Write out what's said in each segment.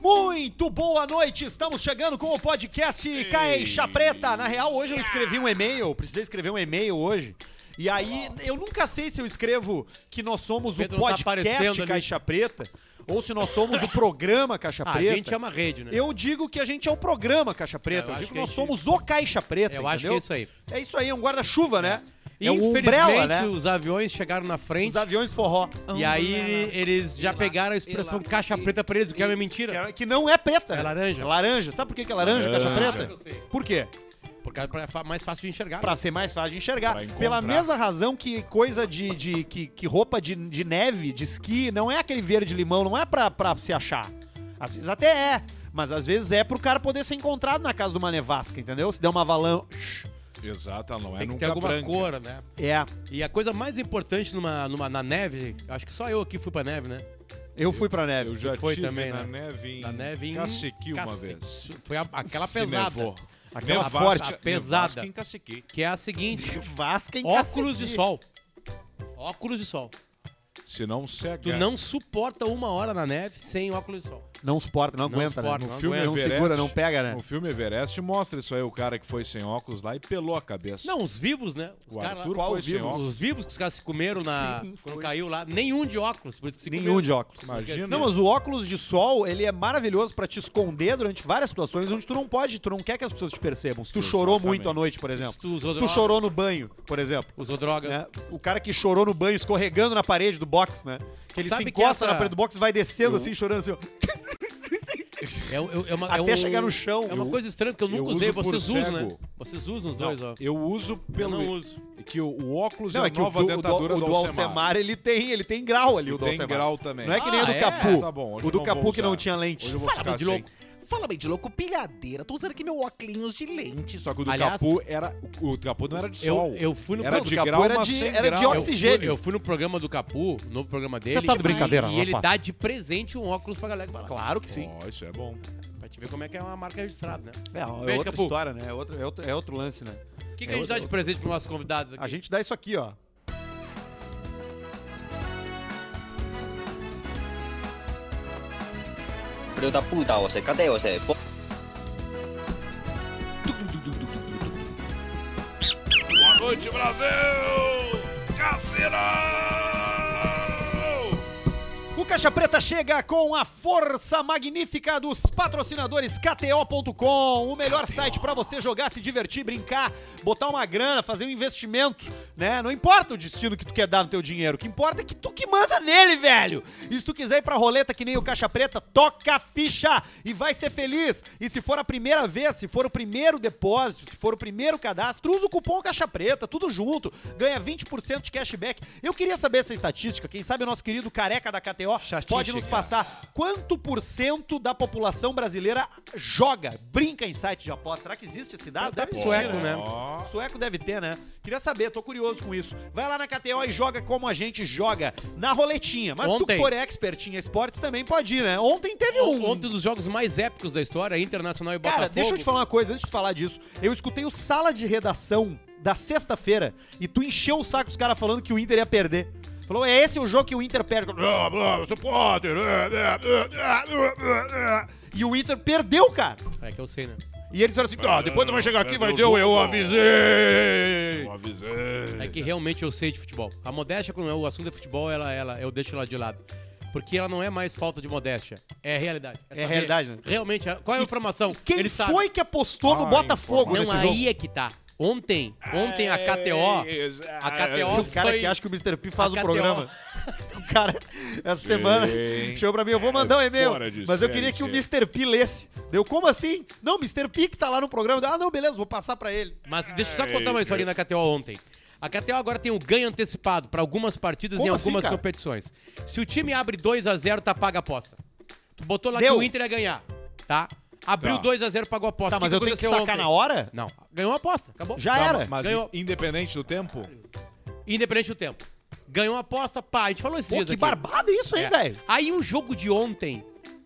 Muito boa noite, estamos chegando com o podcast Caixa Preta. Na real, hoje eu escrevi um e-mail, precisei escrever um e-mail hoje. E aí, eu nunca sei se eu escrevo que nós somos o Pedro não tá podcast aparecendo ali. Caixa Preta ou se nós somos o programa Caixa Ah, Preta. a gente é uma rede, né? Eu digo que a gente é o programa Caixa Preta. Eu Eu, acho digo que que nós a gente- somos o Caixa Preta. Eu acho que entendeu? é isso aí. É isso aí, é um guarda-chuva, né? É o Infelizmente, umbrella, né? os aviões chegaram na frente Os aviões forró. e aí eles já pegaram a expressão caixa preta pra eles, o que é uma mentira. Que não é preta. É né? laranja. É laranja. Sabe por que que é laranja, Caixa Laranja. Preta? Por quê? Porque é pra- fa- mais fácil de enxergar. Pra ser mais fácil de enxergar. Pra encontrar. Pela mesma razão que coisa de. de- que, que roupa de, de neve, de esqui, não é aquele verde limão, não é pra, pra se achar. Às vezes até é. Mas às vezes é pro cara poder ser encontrado na casa de uma nevasca, entendeu? Se der uma avalanche. Exato, ela não é Tem que ter nunca alguma branca. cor, né? É. E a coisa mais importante numa, numa, na neve, acho que só eu aqui fui pra neve, né? Eu fui pra neve. Eu já Foi tive também, na né? neve em Na neve em Cacequi Hum, uma Cacequi. vez. Foi a- aquela Que pesada. nevou. Aquela Nevasca- forte. nevasca Pesada. em Cacequi. Que é a seguinte: Vasca em óculos Cacequi. de sol. Óculos de sol. Se não cega. Tu não suporta uma hora na neve sem óculos de sol. Não suporta, não, Não aguenta, suporta, né? não No filme filme não Everest, segura, não pega, né? No filme Everest mostra isso aí, o cara que foi sem óculos lá e pelou a cabeça. Não, os vivos, né? Os O caras- Arthur qual foi sem vivos? óculos. Os vivos que os caras se comeram na. Sim, quando foi. caiu lá, nenhum de óculos, por isso que se Nenhum de óculos. Imagina. Não, mas o óculos de sol, ele é maravilhoso pra te esconder durante várias situações onde tu não pode, tu não quer que as pessoas te percebam. Se tu chorou Exatamente. muito à noite, por exemplo. Se tu usou Se tu droga. chorou no banho, por exemplo. Usou drogas. né? O cara que chorou no banho escorregando na parede do box, né? Que ele Sabe se que encosta essa- na parede do box e vai descendo assim, chorando assim. ó. É, um- é uma, é Até um- chegar no chão. É uma Eu- coisa estranha que eu nunca eu usei. uso por Vocês usam, cego. né? Vocês usam os Não, dois, ó. eu uso Eu pelo. não uso. Que o, o óculos é, Não, a é que o, nova do, o, do, dentadura o do Alcemar, ele tem, ele tem grau ali, Ele o do tem Alcemar. grau também. Não é que nem o do Ah, é? Capu. Tá bom, hoje o eu do não Capu vou que não usar. tinha lente. Hoje eu vou Fala ficar bem de sem. louco. Fala bem de louco, pilhadeira. Tô usando aqui meu óculos de lente. Só que o do Aliás- Capu era. O do Capu não era de Eu- sol. eu fui no- Era Não, de do Capu grau, era mas de- sem era de grau. Eu óxido. fui- Oxigênio. Eu, fui no programa do Capu, o novo programa dele. tá de brincadeira, E ele rapaz. dá de presente um óculos pra galera que vai lá. Claro que sim. Ó, isso é bom. Pra te ver como é que é uma marca registrada, né? É, é Beijo, outra Capu. história, né? É outro, é outro, é outro lance, né? O que, que É a gente dá outro- de presente pros nossos convidados aqui? A gente dá isso aqui, ó. Filho da puta, você, cadê você? Pô, Boa noite, Brasil! Cassino! O Caixa Preta chega com a força magnífica dos patrocinadores KTO.com, o melhor site pra você jogar, se divertir, brincar, botar uma grana, fazer um investimento, né? Não importa o destino que tu quer dar no teu dinheiro, o que importa é que tu que manda nele, velho. E se tu quiser ir pra roleta que nem o Caixa Preta, toca a ficha e vai ser feliz. E se for a primeira vez, se for o primeiro depósito, se for o primeiro cadastro, usa o cupom Caixa Preta, tudo junto, ganha 20% de cashback. Eu queria saber essa estatística, quem sabe o nosso querido careca da KTO pode nos passar quanto por cento da população brasileira joga, brinca em site de aposta. Será que existe esse dado? Tá Deve sueco, existir, né? Ó. Sueco deve ter, né? Queria saber, tô curioso com isso. Vai lá na KTO e joga como a gente joga, na roletinha. Mas se tu Ontem. for expert em esportes também pode ir, né? Ontem teve um. Ontem, um dos jogos mais épicos da história, Internacional e Cara, Botafogo. deixa eu te falar uma coisa, antes de falar disso. Eu escutei o Sala de Redação da sexta-feira e tu encheu o saco dos caras falando que o Inter ia perder. Falou, é esse o jogo que o Inter perde. Blá, blá, você pode. É, né, é, é, é, é. E o Inter perdeu, cara. É que eu sei, né? E eles falaram assim, ah, depois tu vai chegar aqui e vai dizer, Perdeu o eu jogo. avisei. Eu avisei. É que realmente eu sei de futebol. A modéstia, quando o assunto é futebol, ela, ela, eu deixo ela de lado. Porque ela não é mais falta de modéstia. É realidade. É saber realidade, né? Realmente, qual é a informação? Quem Ele sabe. foi que apostou no Ah, Botafogo Não, nesse aí jogo? é que tá. Ontem, ontem a KTO... A KTO O cara foi... que acha que o Mr. P faz a o KTO. programa. O cara, essa semana, chegou pra mim, eu vou mandar um e-mail. é fora de Mas eu série, queria que o tchê. Mr. P lesse. Deu, como assim? Não, Mr. P que tá lá no programa. Ah, não, beleza, vou passar pra ele. Mas deixa eu só contar uma historinha da KTO ontem. A KTO agora tem o ganho antecipado pra algumas partidas Como em assim, algumas cara? competições. Se o time abre 2x0, tá paga a aposta. Tu botou lá Deu. que o Inter ia ganhar, tá? Abriu Tá. 2x0, pagou a aposta. Tá, O mas eu tenho que aconteceu sacar ontem? na hora? Não, ganhou a aposta, acabou. Já Tá, Ah, era. Mas Ganhou. independente do tempo? Independente do tempo. Ganhou a aposta, pá, a gente falou esses Pô, dias que aqui. barbada isso, hein, É. velho? Aí um jogo de ontem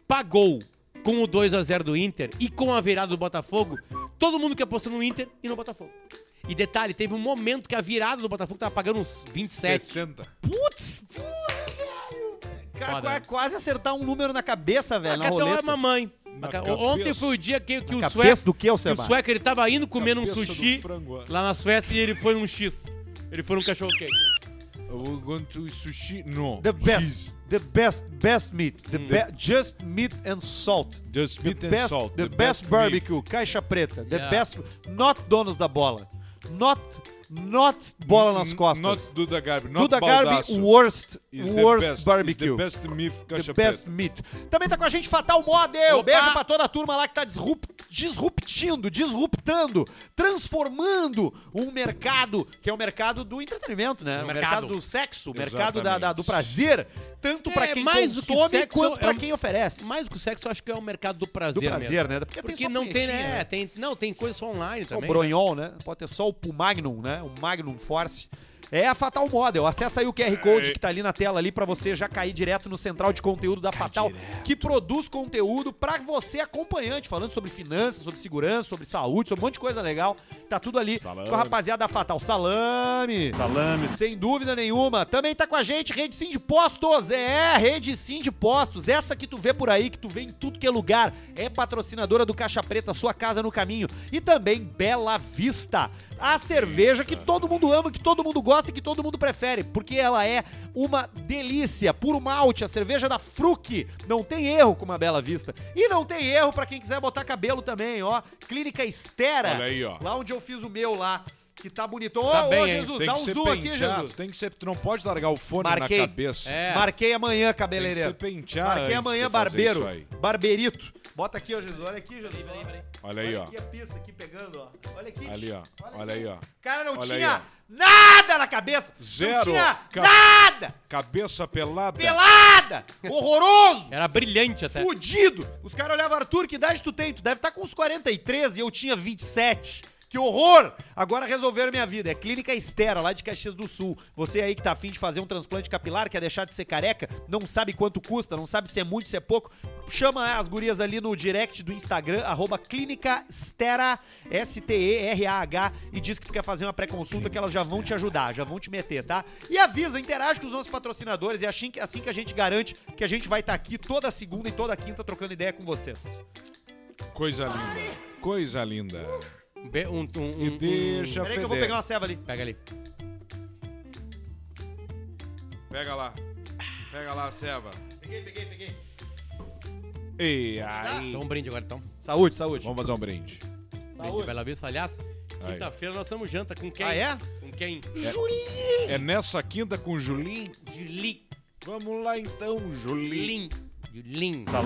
pagou com o 2x0 do Inter e com a virada do Botafogo, todo mundo que apostou no Inter e no Botafogo. E detalhe, teve um momento que a virada do Botafogo tava pagando uns 27. 60. Putz! cara foda, qua- né? quase acertar um número na cabeça, velho, na Cacau é roleta. mamãe. Na Ca- cabeça. Ontem foi o dia que, que o Cabeça né, sueco. do que, o que o sueco ele tava indo comendo um Cabeça do sushi frango. é. lá na Suécia e ele foi num X. Ele foi num cachorro quente. We're going to sushi? No. The best, Cheese. the best, best meat, the Hum. be- just meat and salt. Just meat the and best, salt. The, The best, best barbecue, caixa preta. The Yeah. best, not donos da bola. Not, not bola nas N- costas. Not Duda Garbi. Not Duda Garbi, Baldasso. worst, Is the best- worst is barbecue. The best myth The caixa best preta. meat. Também tá com a gente Fatal Model. Opa! Beijo pra toda a turma lá que tá disrup- disruptindo, disruptando, transformando um mercado que é o mercado do entretenimento, né? Um O mercado, mercado. do sexo, o mercado da- da- do Exatamente. prazer, tanto pra É, quem mais do que consome sexo, quanto pra é um- quem oferece. Mais do que o sexo, eu acho que é o mercado do Do prazer, prazer, mesmo. né? Porque, Porque só não tem, punhetinha, né? Tem, não, tem coisa só online Só o também. né? Bronhol, né? Pode ter só o Pu- Magnum, né? O Magnum Force. É a Fatal Model. Acessa aí o QR Code É. que tá ali na tela ali para você já cair direto no central de conteúdo da Fatal, que produz conteúdo para você acompanhante, falando sobre finanças, sobre segurança, sobre saúde, sobre um monte de coisa legal. Tá tudo ali com a rapaziada da Fatal. Salame! Salame! Sem dúvida nenhuma. Também tá com a gente Rede Sim de Postos. É, Rede Sim de Postos. Essa que tu vê por aí, que tu vê em tudo que é lugar. É patrocinadora do Caixa Preta, sua casa no caminho. E também Bela Vista. A cerveja que todo mundo ama, que todo mundo gosta e que todo mundo prefere. Porque ela é uma delícia. Puro malte, a cerveja da Fruc. Não tem erro com uma Bela Vista. E não tem erro pra quem quiser botar cabelo também, ó. Clínica Estera. Olha aí, ó. Lá onde eu fiz o meu lá. Que tá bonitão. Tá Ô, bem, ô, hein? Jesus, Tem dá que um ser zoom aqui, penteado, Jesus. Tem que ser, tu não pode largar o fone Marquei. na cabeça. É. Marquei amanhã, Tem que ser cabeleireiro. penteado Marquei antes amanhã, de fazer barbeiro. isso aí. Barbeirito. Bota aqui, ó, Jesus. Olha aqui, Jesus. Olha aí, Olha ó. aqui a pizza aqui pegando, ó. Olha aqui. Ali, ó. Olha aí, ó. Cara, não Olha tinha aí, ó. nada na cabeça. Não Zero. tinha Ca- nada. Cabeça pelada. Pelada. Horroroso. Era brilhante até. Fudido. Os caras olhavam, Arthur, que idade tu tem? Tu deve estar com uns 43 e eu tinha 27. Que horror! Agora resolveram minha vida. É Clínica Estera, lá de Caxias do Sul. Você aí que tá afim de fazer um transplante capilar, quer deixar de ser careca, não sabe quanto custa, não sabe se é muito, se é pouco, chama as gurias ali no direct do Instagram, arroba Clínica Estera, S-T-E-R-A-H, e diz que tu quer fazer uma pré-consulta que elas já vão te ajudar, já vão te meter, tá? E avisa, interage com os nossos patrocinadores e assim que, assim que a gente garante que a gente vai estar aqui toda segunda e toda quinta trocando ideia com vocês. Coisa linda. Coisa linda. Um be- um- um- um- um- Deixa Uh. Peraí que eu vou feder. pegar uma ceva ali. Pega ali. Pega lá. Pega lá, Seva. Peguei, peguei, peguei. E aí? Então um brinde agora, então. Saúde, saúde. Vamos fazer um brinde. Brinde de Bela Vista. Aliás, Aí. quinta-feira nós estamos janta com quem? Ah, é? Com quem? É nessa quinta com o Julinho? Julim. Vamos lá então, Julinho. Julim. Julim. Tá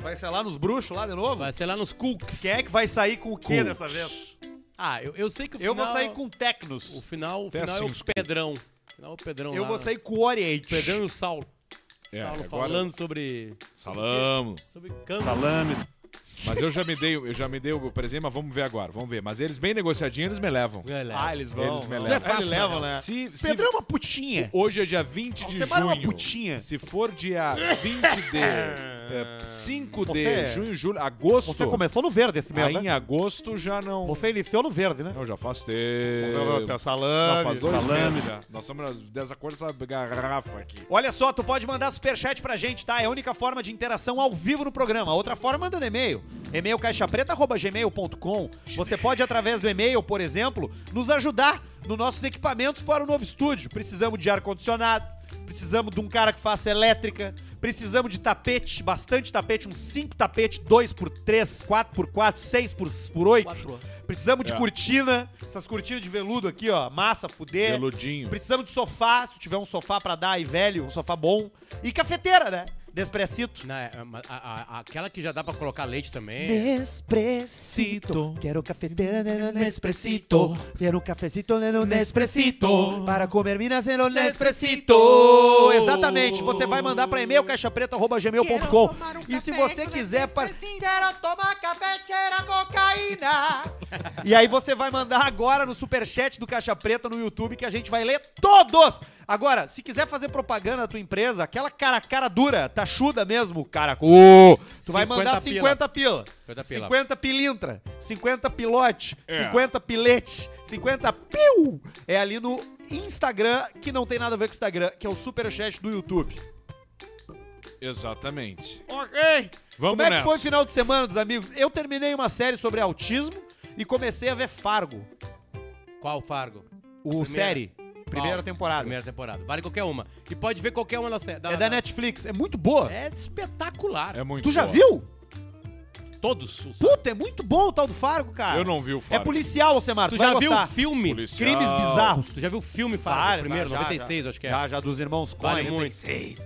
Vai ser lá nos bruxos lá de novo? Vai ser lá nos Cooks. Quem é que vai sair com o quê Cooks. dessa vez? Ah, eu, eu sei que o Eu final... vou sair com O Tecnos. final, o Até final é assim, o Pedrão. O final é o Pedrão Eu lá, vou né? sair com o O Oriente. Pedrão e o Saulo. É, Saulo agora- falando sobre... Salamo. Sobre canto. Mas eu já me dei, eu já me dei o presente, mas vamos ver agora, vamos ver. Mas eles bem negociadinhos, eles me levam. Galera. Ah, eles vão. Eles me vão. levam. É fácil, Eles levam, né? Se, se- Pedrão é uma putinha. hoje é dia 20 de Semana é uma junho. putinha. Se for dia 20 de é, 5 de Você- é junho, julho, agosto. Você começou no verde esse mês, aí né? em agosto já não. Você iniciou no verde, né? Não, já faz tempo. salame. Não, faz dois meses já. Nós estamos dessa cor dessa garrafa aqui. Olha só, tu pode mandar superchat pra gente, tá? É a única forma de interação ao vivo no programa. Outra forma é mandando e-mail. E-mail caixapreta.gmail.com Você pode, através do e-mail, por exemplo, nos ajudar nos nossos equipamentos para o novo estúdio. Precisamos de ar-condicionado, precisamos de um cara que faça elétrica, precisamos de tapete, bastante tapete, uns 5 tapetes, 2x3, 4x4, 6x8. Quatro. Precisamos de É. cortina, essas cortinas de veludo aqui, ó, massa, fuder. Peludinho. Precisamos de sofá, se tu tiver um sofá pra dar aí, velho, um sofá bom. E cafeteira, né? Despressito. Não, é, é, mas a- a- a- aquela que já dá pra colocar leite Né? também. Despressito, quero cafeteira no Nespressito, quero um cafecito no Nespressito, para comer minas no Nespressito. Exatamente, você vai mandar pra e-mail caixapreta.gmail.com e se você quiser... Par... Quero tomar café, cheira cocaína. e aí você vai mandar agora no superchat do Caixa Preta no YouTube que a gente vai ler todos. Agora, se quiser fazer propaganda da tua empresa, aquela cara cara dura, tachuda mesmo, cara, tu vai 50 mandar pila. 50 pila. 50 pila. 50 pilintra, 50 pilote, 50 pilete, 50 piu. É ali no Instagram, que não tem nada a ver com o Instagram, que é o superchat do YouTube. Exatamente. Ok. Vamos Como é que nessa. foi o final de semana dos amigos? Eu terminei uma série sobre autismo e comecei a ver Fargo, Qual Fargo? o série, primeira Qual? temporada. Primeira temporada. Vale qualquer uma. E pode ver qualquer uma da série. É da Netflix, um é muito boa. É espetacular. É muito tu já boa. viu? Todos os. Puta, é muito bom o tal do Fargo, cara. Eu não vi o É Fábio. policial, Alcemar, tu, Tu vai já viu o gostar. filme? Policial. Crimes bizarros. Tu já viu o filme Fargo? Vários, primeiro, já, 96, já. acho que é. Já, já, dos irmãos Coen. Vale muito.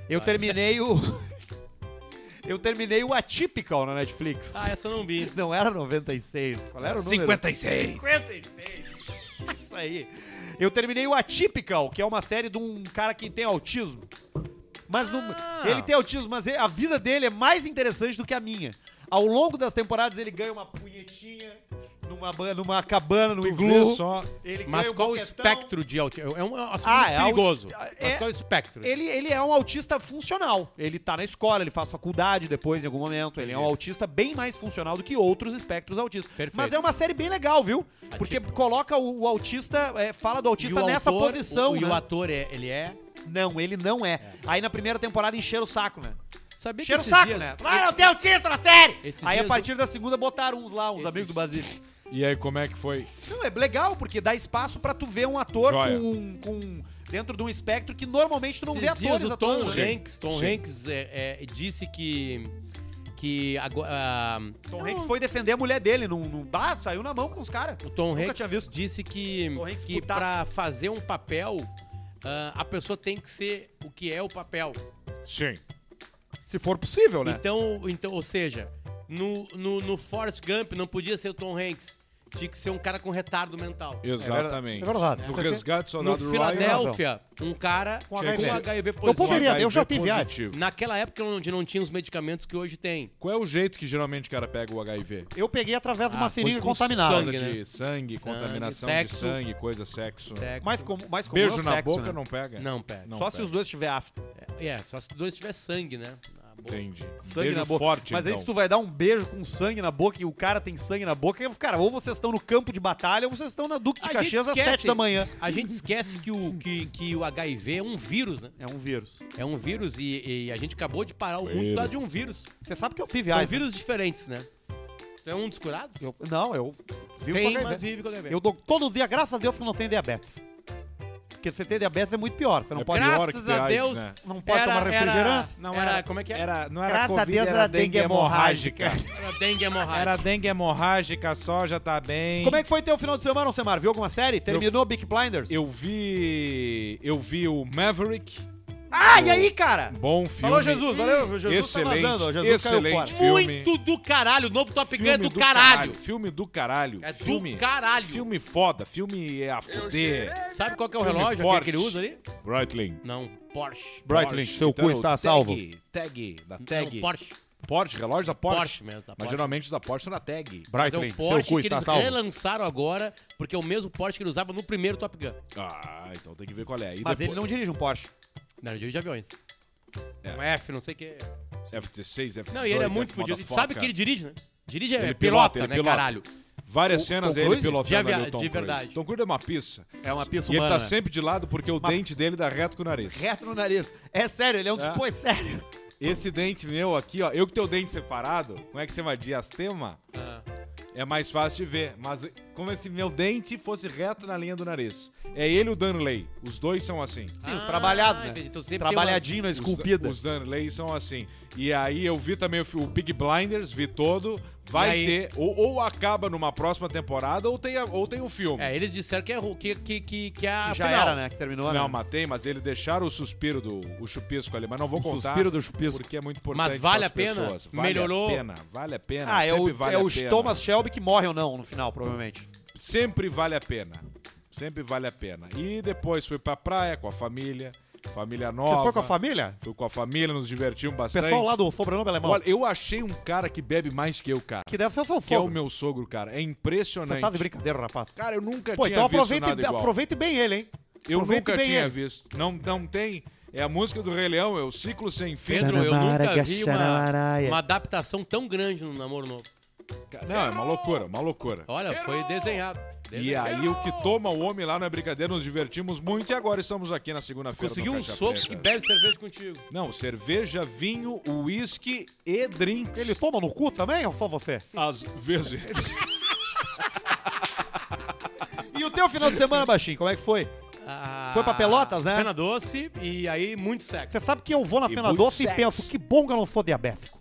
Eu terminei o... Eu terminei o Atypical na Netflix. Ah, essa eu não vi. Não era 96. Qual era o número? 56. 56. Isso aí. Eu terminei o Atypical, que é uma série de um cara que tem autismo. Mas não- Ah. ele tem autismo, mas a vida dele é mais interessante do que a minha. Ao longo das temporadas ele ganha uma punhetinha numa, ba- numa cabana, no iglu. Vê só. Ele Mas ganha um qual o boquetão. espectro de autismo? É um é um assunto Ah, muito é au- perigoso. é- Mas qual é o espectro? Ele, ele é um autista funcional. Ele tá na escola, ele faz faculdade depois, em algum momento. Ele é um Entendi. autista bem mais funcional do que outros espectros autistas. Perfeito. Mas é uma série bem legal, viu? Porque coloca o, o autista, é, fala do E autista o nessa autor- posição. o- E né? o ator, é, ele é... Não, ele não é. Aí na primeira temporada encheram o saco, né? Sabia Encheram o esses saco, dias- né? Falaram, não tem autista na série! Esses Aí a dias partir da segunda botaram uns lá, uns Esses- amigos do Basílio. E aí, como é que foi? Não, é legal, porque dá espaço pra tu ver um ator Joia. com, um- com- dentro de um espectro que normalmente tu não vê Esses dias atores o Tom atuando. né? Hanks, Tom Sim. Hanks é, é, disse que que agora ah, Tom Hanks foi defender a mulher dele num, num bar, saiu na mão com os caras. o Tom Nunca Hanks tinha visto. disse que Tom Hanks que putaço. para fazer um papel ah, a pessoa tem que ser o que é o papel. Sim. Se for possível, né? Então, então, ou seja, no, no, no Forrest Gump não podia ser o Tom Hanks, tinha que ser um cara com retardo mental. Exatamente. é verdade. No resgate, No soldado Ryan. Filadélfia, um cara com HIV. HIV, positivo. Eu poderia, eu já HIV tive AIDS. positivo. Naquela época onde não tinha os medicamentos que hoje tem. Qual é o jeito que geralmente o cara pega o HIV? Eu peguei através de Ah, uma foi seringa com contaminada. sangue, Causa né? de Sangue, sangue, contaminação sexo. de sangue, coisa, sexo. Mais como, mais como Beijo é o na sexo, boca né? não pega? Não pega. Não Só se pega. os dois tiver afta. É, só se dois tiver sangue, né? Na boca. Entendi. Sangue Beijo na boca. forte, Mas aí então. se tu vai dar um beijo com sangue na boca e o cara tem sangue na boca, eu- cara, ou vocês estão no campo de batalha ou vocês estão na Duque de A gente Caxias às esquece. 7 da manhã. A gente esquece que o, que, que o HIV é um vírus, né? É um vírus. É um vírus e, e a gente acabou de parar o mundo por causa de um vírus. Você sabe que eu tive São AIDS. vírus diferentes, né? Tu é um dos curados? Eu- um não, eu vivo Tem, com HIV. mas vive com HIV. Eu dou todo dia, graças a Deus, que não tem diabetes. Porque se tem diabetes é muito pior. Você não É pode. pior Graças que a AIDS, Deus. né? Não pode era- tomar refrigerante. Era, não era, como é que é? Era, Era, não era Graças a COVID, Deus era dengue hemorrágica. dengue hemorrágica. Era dengue hemorrágica só, já tá bem. Como é que foi teu final de semana, Alcemar? Viu alguma série? Terminou Big Blinders? Eu vi. Eu vi o Maverick. Ah, e aí, cara? Bom filme. Falou Jesus, valeu. Jesus tá excelente, vazando. ó, Jesus caiu excelente. fora. filme. Muito do caralho. O novo Top Gun é Filme do, caralho. Filme do caralho. É do filme, caralho. Filme foda. Filme é a foder. Sabe qual que é o Filme relógio forte. que ele usa ali? Breitling. Não, Porsche. Breitling, seu Então, cu está tag, salvo. Tag. Da Não, tag. Porsche. Porsche, relógio da Porsche. Porsche mesmo, da Mas Porsche. geralmente os da Porsche era tag. Mas é Breitling, seu o Porsche cu que está eles salvo. relançaram agora, porque é o mesmo Porsche que ele usava no primeiro Top Gun. Ah, então tem que ver qual é. E Mas depois- ele não dirige um Porsche. Não, ele dirige aviões. É. Um F, não sei o que. F-16, F-18. Não, e ele é muito fodido. F-motherfucker. Sabe que ele dirige, né? Dirige é Ele pilota, pilota, ele né, pilota. caralho? Várias O- cenas Tom ele Cruise? pilotando De ali avia- o Tom de Cruise. verdade. Tom Cruise é uma pista. É uma pista E ele humana. tá sempre de lado porque o dente dele dá reto com o nariz. Reto no nariz. É sério, ele é um dos... É. Pô, é sério. Esse dente meu aqui, ó. Eu que tenho o dente separado, como é que chama? Diastema? Ah. É mais fácil de ver. Mas como se meu dente fosse reto na linha do nariz. É ele e o Danley. Os dois são assim. Sim, os Ah, trabalhados, né? entendi. Então sempre tem uma- Trabalhadinho na Os- esculpida. Os Danley são assim. E aí eu vi também o, fi- o Big Blinders, vi todo. E Vai aí? ter. Ou, ou acaba numa próxima temporada, ou tem, a- ou tem o filme. É, eles disseram que é ru- que, que, que, que é a Já final. era, né? Que terminou, Ah, Não, né? matei, mas ele deixaram o suspiro do o chupisco ali, mas não vou O contar. suspiro do chupisco. Porque é muito importante. Mas vale a pras pena? pessoas. Vale Melhorou? a pena, vale a pena. Ah, é o, sempre vale é a o pena. né? Thomas Shelby que morre ou não no final, provavelmente. Sempre vale a pena. Sempre vale a pena. E depois fui pra praia com a família, família nova. Você foi com a família? Fui com a família, nos divertimos bastante. Pessoal lá do sobrenome alemão. Olha, eu achei um cara que bebe mais que eu, cara. que deve ser o seu Que é o sogro. meu sogro, cara. É Você impressionante. tá de brincadeira, rapaz. Cara, eu nunca Pô, tinha então visto aproveite, nada igual. aproveite bem ele, hein? Eu aproveite nunca bem tinha ele. visto. Não, não tem. É a música do Rei Leão, é o ciclo sem fim. Pedro, eu Sanamara, nunca vi uma, gachararaia. uma adaptação tão grande no Namoro Novo. Não, é uma loucura, uma loucura. Olha, foi desenhado. E aí o que toma o homem lá não é brincadeira, nos divertimos muito e agora estamos aqui na segunda-feira. Conseguiu no um Caixa soco Preta. que bebe cerveja contigo. Não, cerveja, vinho, uísque e drinks. Ele toma no cu também ou só você? Às vezes. E o teu final de semana, Baixinho, como é que foi? Foi pra Pelotas, né? Cena doce e aí muito sexo. Você sabe que eu vou na Fena muito Doce e sexo. penso, que bom que eu não sou diabético.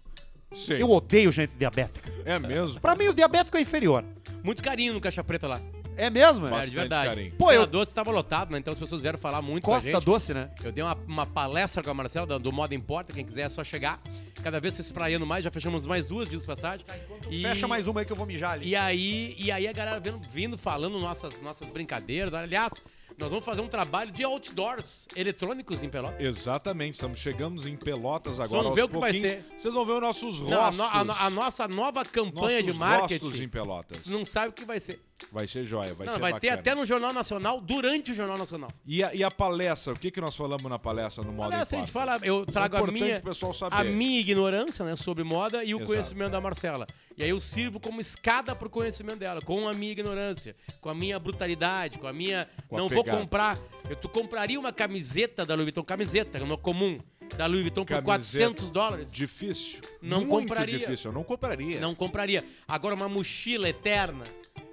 Sei. Eu odeio gente diabética. É mesmo? Pra mim, o diabético é inferior. Muito carinho no Caixa Preta lá. É mesmo? Era Bastante de verdade. carinho. Pô, Cena doce tava lotado, né? Então as pessoas vieram falar muito com a Costa gente. Doce, né? Eu dei uma, uma palestra com a Marcela da- do Moda Importa, quem quiser é só chegar. Cada vez se espraiando mais, já fechamos mais duas, dias passagem. E, Fecha mais uma aí que eu vou mijar ali. e aí, e aí a galera vendo, vindo falando nossas, nossas brincadeiras. Aliás, nós vamos fazer um trabalho de outdoors eletrônicos em Pelotas. Exatamente, estamos chegando em Pelotas agora. vão aos ver o que vai pouquinhos. Vocês vão ver os nossos Não, a, rostos. no- a no- a nossa nova campanha nossos rostos de em marketing. Pelotas. Não sabe o que vai ser. Vai ser joia, vai não, ser vai bacana. ter até no Jornal Nacional, durante o Jornal Nacional. E a, e a palestra? O que, que nós falamos na palestra no modo Aliás, a gente fala, eu trago a É importante minha, o pessoal saber. a minha ignorância né, sobre moda e o Exato. conhecimento da Marcela. E aí eu sirvo como escada pro conhecimento dela, com a minha ignorância, com a minha brutalidade, com a minha. Com a não pegada. vou comprar. Eu, tu compraria uma camiseta da Louis Vuitton, camiseta, uma comum, da Louis Vuitton por Camiseta. 400 dólares. Difícil. Não Muito compraria. difícil, eu não compraria. Não compraria. Agora uma mochila eterna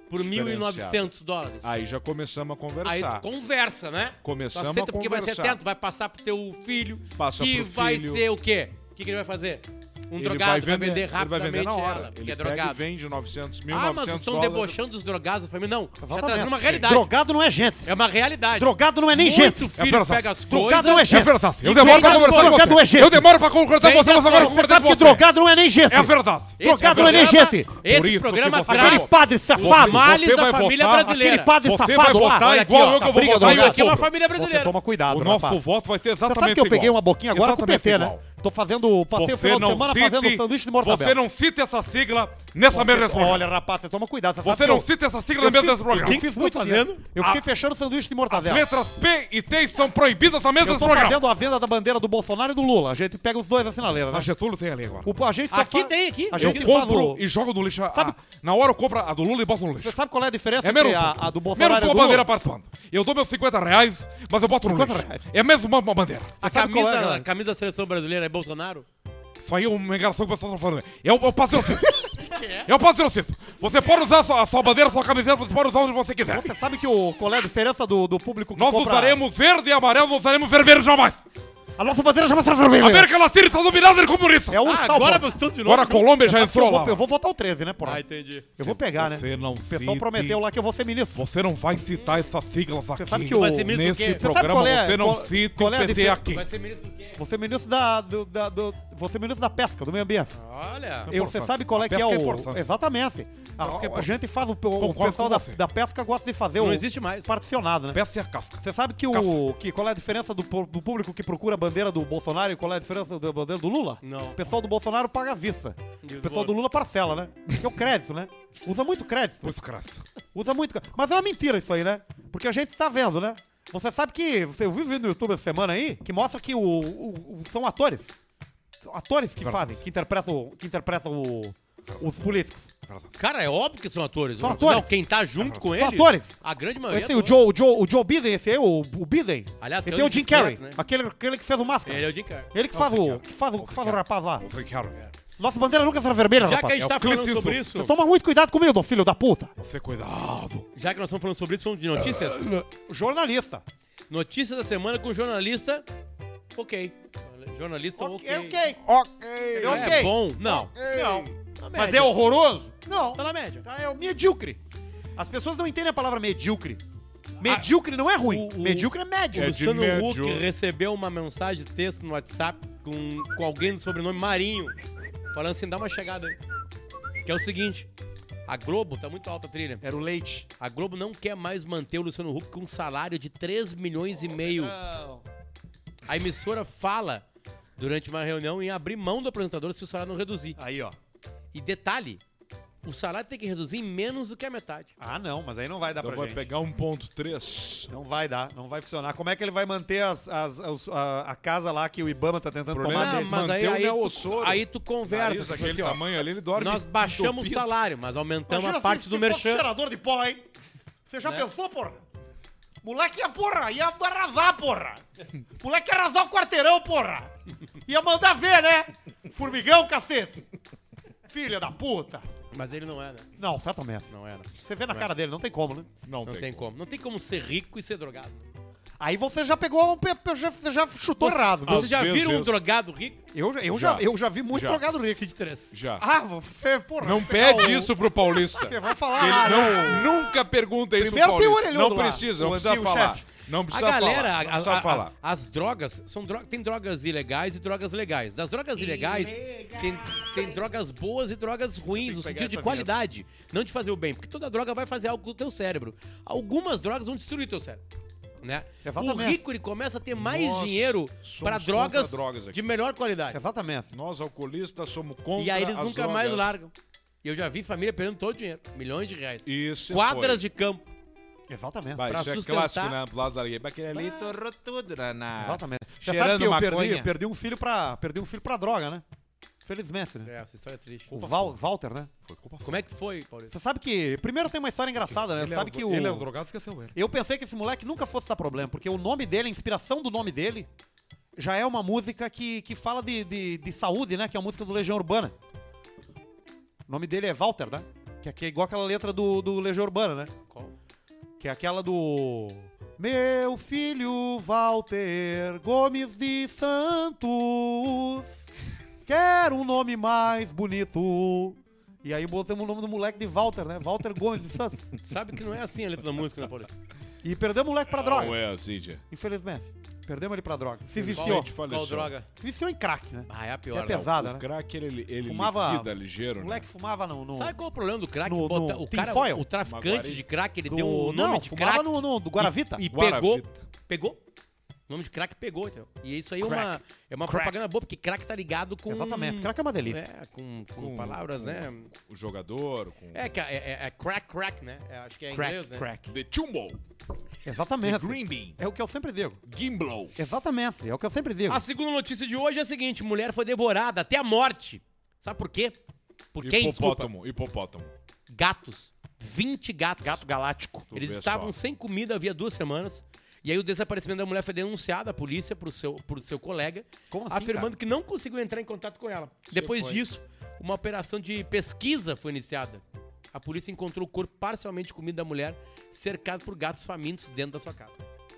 por Diferenciado. 1.900 dólares. Aí já começamos a Aí tu conversar. conversa, né? Começamos Tu aceita a porque vai ser conversar. atento, vai passar pro teu filho. Passa que pro vai filho. ser o quê? O que, que ele vai fazer? Um Ele drogado vai vender, ele vai rapidamente vender na hora. ela, porque ele é pega e drogado. vende 900, 1.900 Ah, mas vocês estão dólares. debochando dos drogados da família. Não, já tá Exatamente. trazendo uma realidade. Drogado não é gente. É uma realidade. Drogado não é nem Muito gente. filho pega as Drogado coisas. não é gente. verdade. E vem das drogas do Egito. pra concordar é Vem das drogas. Você sabe que drogado não é nem gente. verdade. Esse drogado programa- não é gente. Por Esse isso programa que você traz Aquele padre os safado. males Você da vai família votar, brasileira. Aquele padre Você vai safado lá. votar Olha aqui, igual ó, eu que eu vou briga votar do em Isso aqui é uma outubro. família Você brasileira. toma cuidado, O rapaz. nosso voto vai ser Você exatamente sabe que eu igual. peguei uma boquinha agora com o Exatamente PT, né? igual. Tô fazendo, passei o Você final de não, semana fazendo cite, sanduíche de você mortadela. não cita essa sigla nessa mesa desse Olha, programa. rapaz, você toma cuidado. sabe Você que não eu- cita essa sigla eu na mesa fiz- desse programa. Eu fiz muito fazendo? dinheiro. Eu fiquei Ah, fechando sanduíche de As mortadela. letras P e T estão proibidas na mesa Eu desse tô programa. fazendo a venda da bandeira do Bolsonaro e do Lula. A gente pega os dois na sinaleira, né? Mas Jesus não tem ali agora. O, a gente só Aqui fa- tem, aqui. A Eu gente faz compro o- e jogo no lixo. a- Sabe- a- na hora eu compro a do Lula e boto no Você lixo. sabe qual é a diferença É menos entre a, a do Bolsonaro menos e a do uma Lula? bandeira participando. Eu dou meus 50 reais, mas eu boto no 50 lixo. reais. É mesmo uma, uma bandeira. A sabe qual é, camisa, né? a camisa da seleção brasileira é Bolsonaro? Isso aí é uma enganação que o pessoal tá falando. É o, é o patrocínio. É o patrocínio. Você pode usar a sua, a sua bandeira, a sua camiseta, você pode usar onde você quiser. Você sabe que o, qual é a diferença do, do público que Nós compra... usaremos verde e amarelo, não usaremos vermelho jamais. A nossa bandeira já vai ser vermelha. América Latina está dominada por comunistas. É o Ah, agora postou de novo. Agora a Colômbia já É, Eu entrou vou, lá. eu vou votar o 13, né, porra? Ah, entendi. eu vou pegar, né? Você não o pessoal cite- prometeu lá que eu vou ser ministro. Você não vai citar essas siglas aqui. sabe que o- Vai ser ministro do Nesse quê? Você sabe programa qual é- você não qual- cita o qual é a PT diferença? aqui. Vai ser ministro do quê? Você ser ministro da, do, da, do, vou ser ministro da pesca, do meio ambiente. Olha. Eu, você importante. sabe qual é A que é pesca é o. importante. Exatamente. A, é- a gente faz o, o Concordo pessoal com da, você. da pesca gosta de fazer Não o existe mais. particionado, né? Peça e a casca. Você sabe que o Caça. que qual é a diferença do, pu- do público que procura a bandeira do Bolsonaro e qual é a diferença da bandeira do Lula? Não. O pessoal do Bolsonaro paga a vista. E O pessoal o- do Lula parcela, né? Que é o crédito, né? Usa muito crédito. Pois graça. Usa muito crédito. Mas é uma mentira isso aí, né? Porque a gente tá vendo, né? Você sabe que. Você viu um vídeo no YouTube essa semana aí que mostra que o, o- o- são atores. São Atores que fazem, que interpretam, que interpretam o- os políticos. Cara, é óbvio que são atores. São Não, atores. quem tá junto com São ele. atores. A grande maioria. Esse aí, é o Joe, o ator. Joe, o Joe Biden, esse aí, o, o Biden. Aliás, esse é que é o um Jim discreto, Carrey. né? Aquele, aquele que fez o máscara. Ele é o Jim Carrey. Ele que faz o. Que faz o, que faz o rapaz lá. Você quer, Nossa bandeira nunca será vermelha, Já que a rapaz. gente é o tá falando Clint sobre Eastwood. isso, Toma muito cuidado comigo, filho da puta. você cuidado. já que nós estamos falando sobre isso, vamos de notícias? Jornalista. Notícias da semana com jornalista. Ok. Jornalista ok. É ok. Ok. É É ok. bom? Não. Não. Na Mas média. é horroroso? Não. Tá na média. Tá, É o medíocre. As pessoas não entendem a palavra medíocre. Medíocre não é ruim. O- o- medíocre é O médio. de Luciano médio. Huck recebeu uma mensagem de texto no WhatsApp com, com alguém do sobrenome Marinho, falando assim, dá uma chegada aí. Que é o seguinte, a Globo, tá muito alta a trilha, Era o leite. a Globo não quer mais manter o Luciano Huck com um salário de 3 milhões e meio. A emissora fala durante uma reunião em abrir mão do apresentador se o salário não reduzir. Aí, ó. E detalhe, o salário tem que reduzir em menos do que a metade. Ah, não, mas aí não vai dar Então pra vai gente. pegar 1.3. Não vai dar, não vai funcionar. Como é que ele vai manter as, as- as- a, a casa lá que o Ibama tá tentando Problema tomar é dele? Ah, mas aí, manter o aí, Neo tu, Osoro. aí tu conversa. Nariz tipo daquele assim, ó, tamanho ali, ele dorme Nós baixamos o entupido. salário, mas aumentamos Imagina Então, a parte se- do se fosse merchan. cheirador de pó, hein? Você já Né? pensou, porra? Moleque ia, porra, ia arrasar, porra. Moleque ia arrasar o quarteirão, porra. Ia mandar ver, né? Formigão, cacete. Filha da puta. Mas ele não é, né? Não, certamente. Não era. Você vê na cara dele, não tem como, né? Não, Não tem. tem como. Não tem como ser rico e ser drogado. Aí você já pegou, um pe- pe- já- você já chutou errado. Vocês já vezes. viram um drogado rico? Eu, eu, já. Já. eu já vi muito Já. drogado rico. Cid 3. Já. Ah, você, porra. Não pegar pede o- isso pro paulista. Você vai falar. ah, Ele não, não, nunca pergunta isso Primeiro pro tem o paulista. orelhudo Não lá, o precisa, não precisa antigo falar. chefe. Não A precisa galera, falar. a- Não a- precisa a- falar. as drogas, são drogas, tem drogas ilegais e drogas legais. Das drogas ilegais, tem, tem drogas boas e drogas ruins, no sentido de qualidade, não de fazer o bem. Porque toda droga vai fazer algo com o teu cérebro. Algumas drogas vão destruir teu cérebro. Né? O Exatamente. rico ele começa a ter mais Nós dinheiro somos para contra drogas, drogas aqui. de melhor qualidade. Exatamente. Nós alcoolistas somos contra E aí eles as nunca mais drogas. largam. E eu já vi família perdendo todo o dinheiro, milhões de reais. Isso Quadras foi. de campo. Exatamente. Bah, pra isso sustentar- é clássico, né? Do lado da areia. Mas Aquele ali torrou tudo né? na- na... Exatamente. Você Cheirando sabe que eu maconha. perdi, eu perdi um filho pra. Perdi um filho pra droga, né? Felizmente, né? É, essa história é triste. O Val- Walter, né? Como é que foi, Paulista? Você sabe que. Primeiro tem uma história engraçada, né? Você sabe que o. Ele é o drogado, esqueceu ele. Eu pensei que esse moleque nunca fosse dar problema, porque o nome dele, a inspiração do nome dele, já é uma música que, que fala de, de, de saúde, né? Que é a música do Legião Urbana. O nome dele é Walter, né? Que é, que é igual aquela letra do, do Legião Urbana, né? Qual? Que é aquela do. Meu filho Walter Gomes de Santos. Quero um nome mais bonito. E aí botamos o nome do moleque de Walter, né? Walter Gomes de Santos. Sabe que não é assim a letra da música, né, Paulista? E perdemos o moleque pra droga. Não é assim, tia. Infelizmente. Perdemos ele pra droga. Se Qual- é viciou. Infelizmente. Qual faleceu. droga? Se viciou em crack, né? Ah, é a Que é pior. né? pesada, O né? crack, ele, ele Fumava- liquida ligeiro, O né? moleque fumava no. no Sabe qual é o problema do crack? No- Bota- no o cara, tinfoil? o traficante Maguari. de crack, ele do- deu o nome não, de fumava crack no, no- do Guaravita. e pegou, Guaravita. pegou. O nome de crack pegou, então. E isso aí é uma, é uma propaganda boa, porque crack tá ligado com... Exatamente. Crack é uma delícia. É, com, com Com- palavras, com- né? O jogador, com... É, que é, é- é crack, crack, né? É, acho que é em inglês, né? crack. The Tumble, é. The Exatamente. Green Bean, É o que eu sempre digo. Gimblow. Exatamente. É o que eu sempre digo. A segunda notícia de hoje é a seguinte, mulher foi devorada até a morte. Sabe por quê? Por quem, desculpa? Hipopótamo, hipopótamo. Gatos. 20 gatos. galáctico. Tu Eles vê estavam só. sem comida havia duas semanas. E aí o desaparecimento da mulher foi denunciado à polícia por seu, por seu colega, Como assim, afirmando que não conseguiu entrar em contato com ela. Depois disso, uma operação de pesquisa foi iniciada. A polícia encontrou o corpo parcialmente comido da mulher, cercado por gatos famintos dentro da sua casa.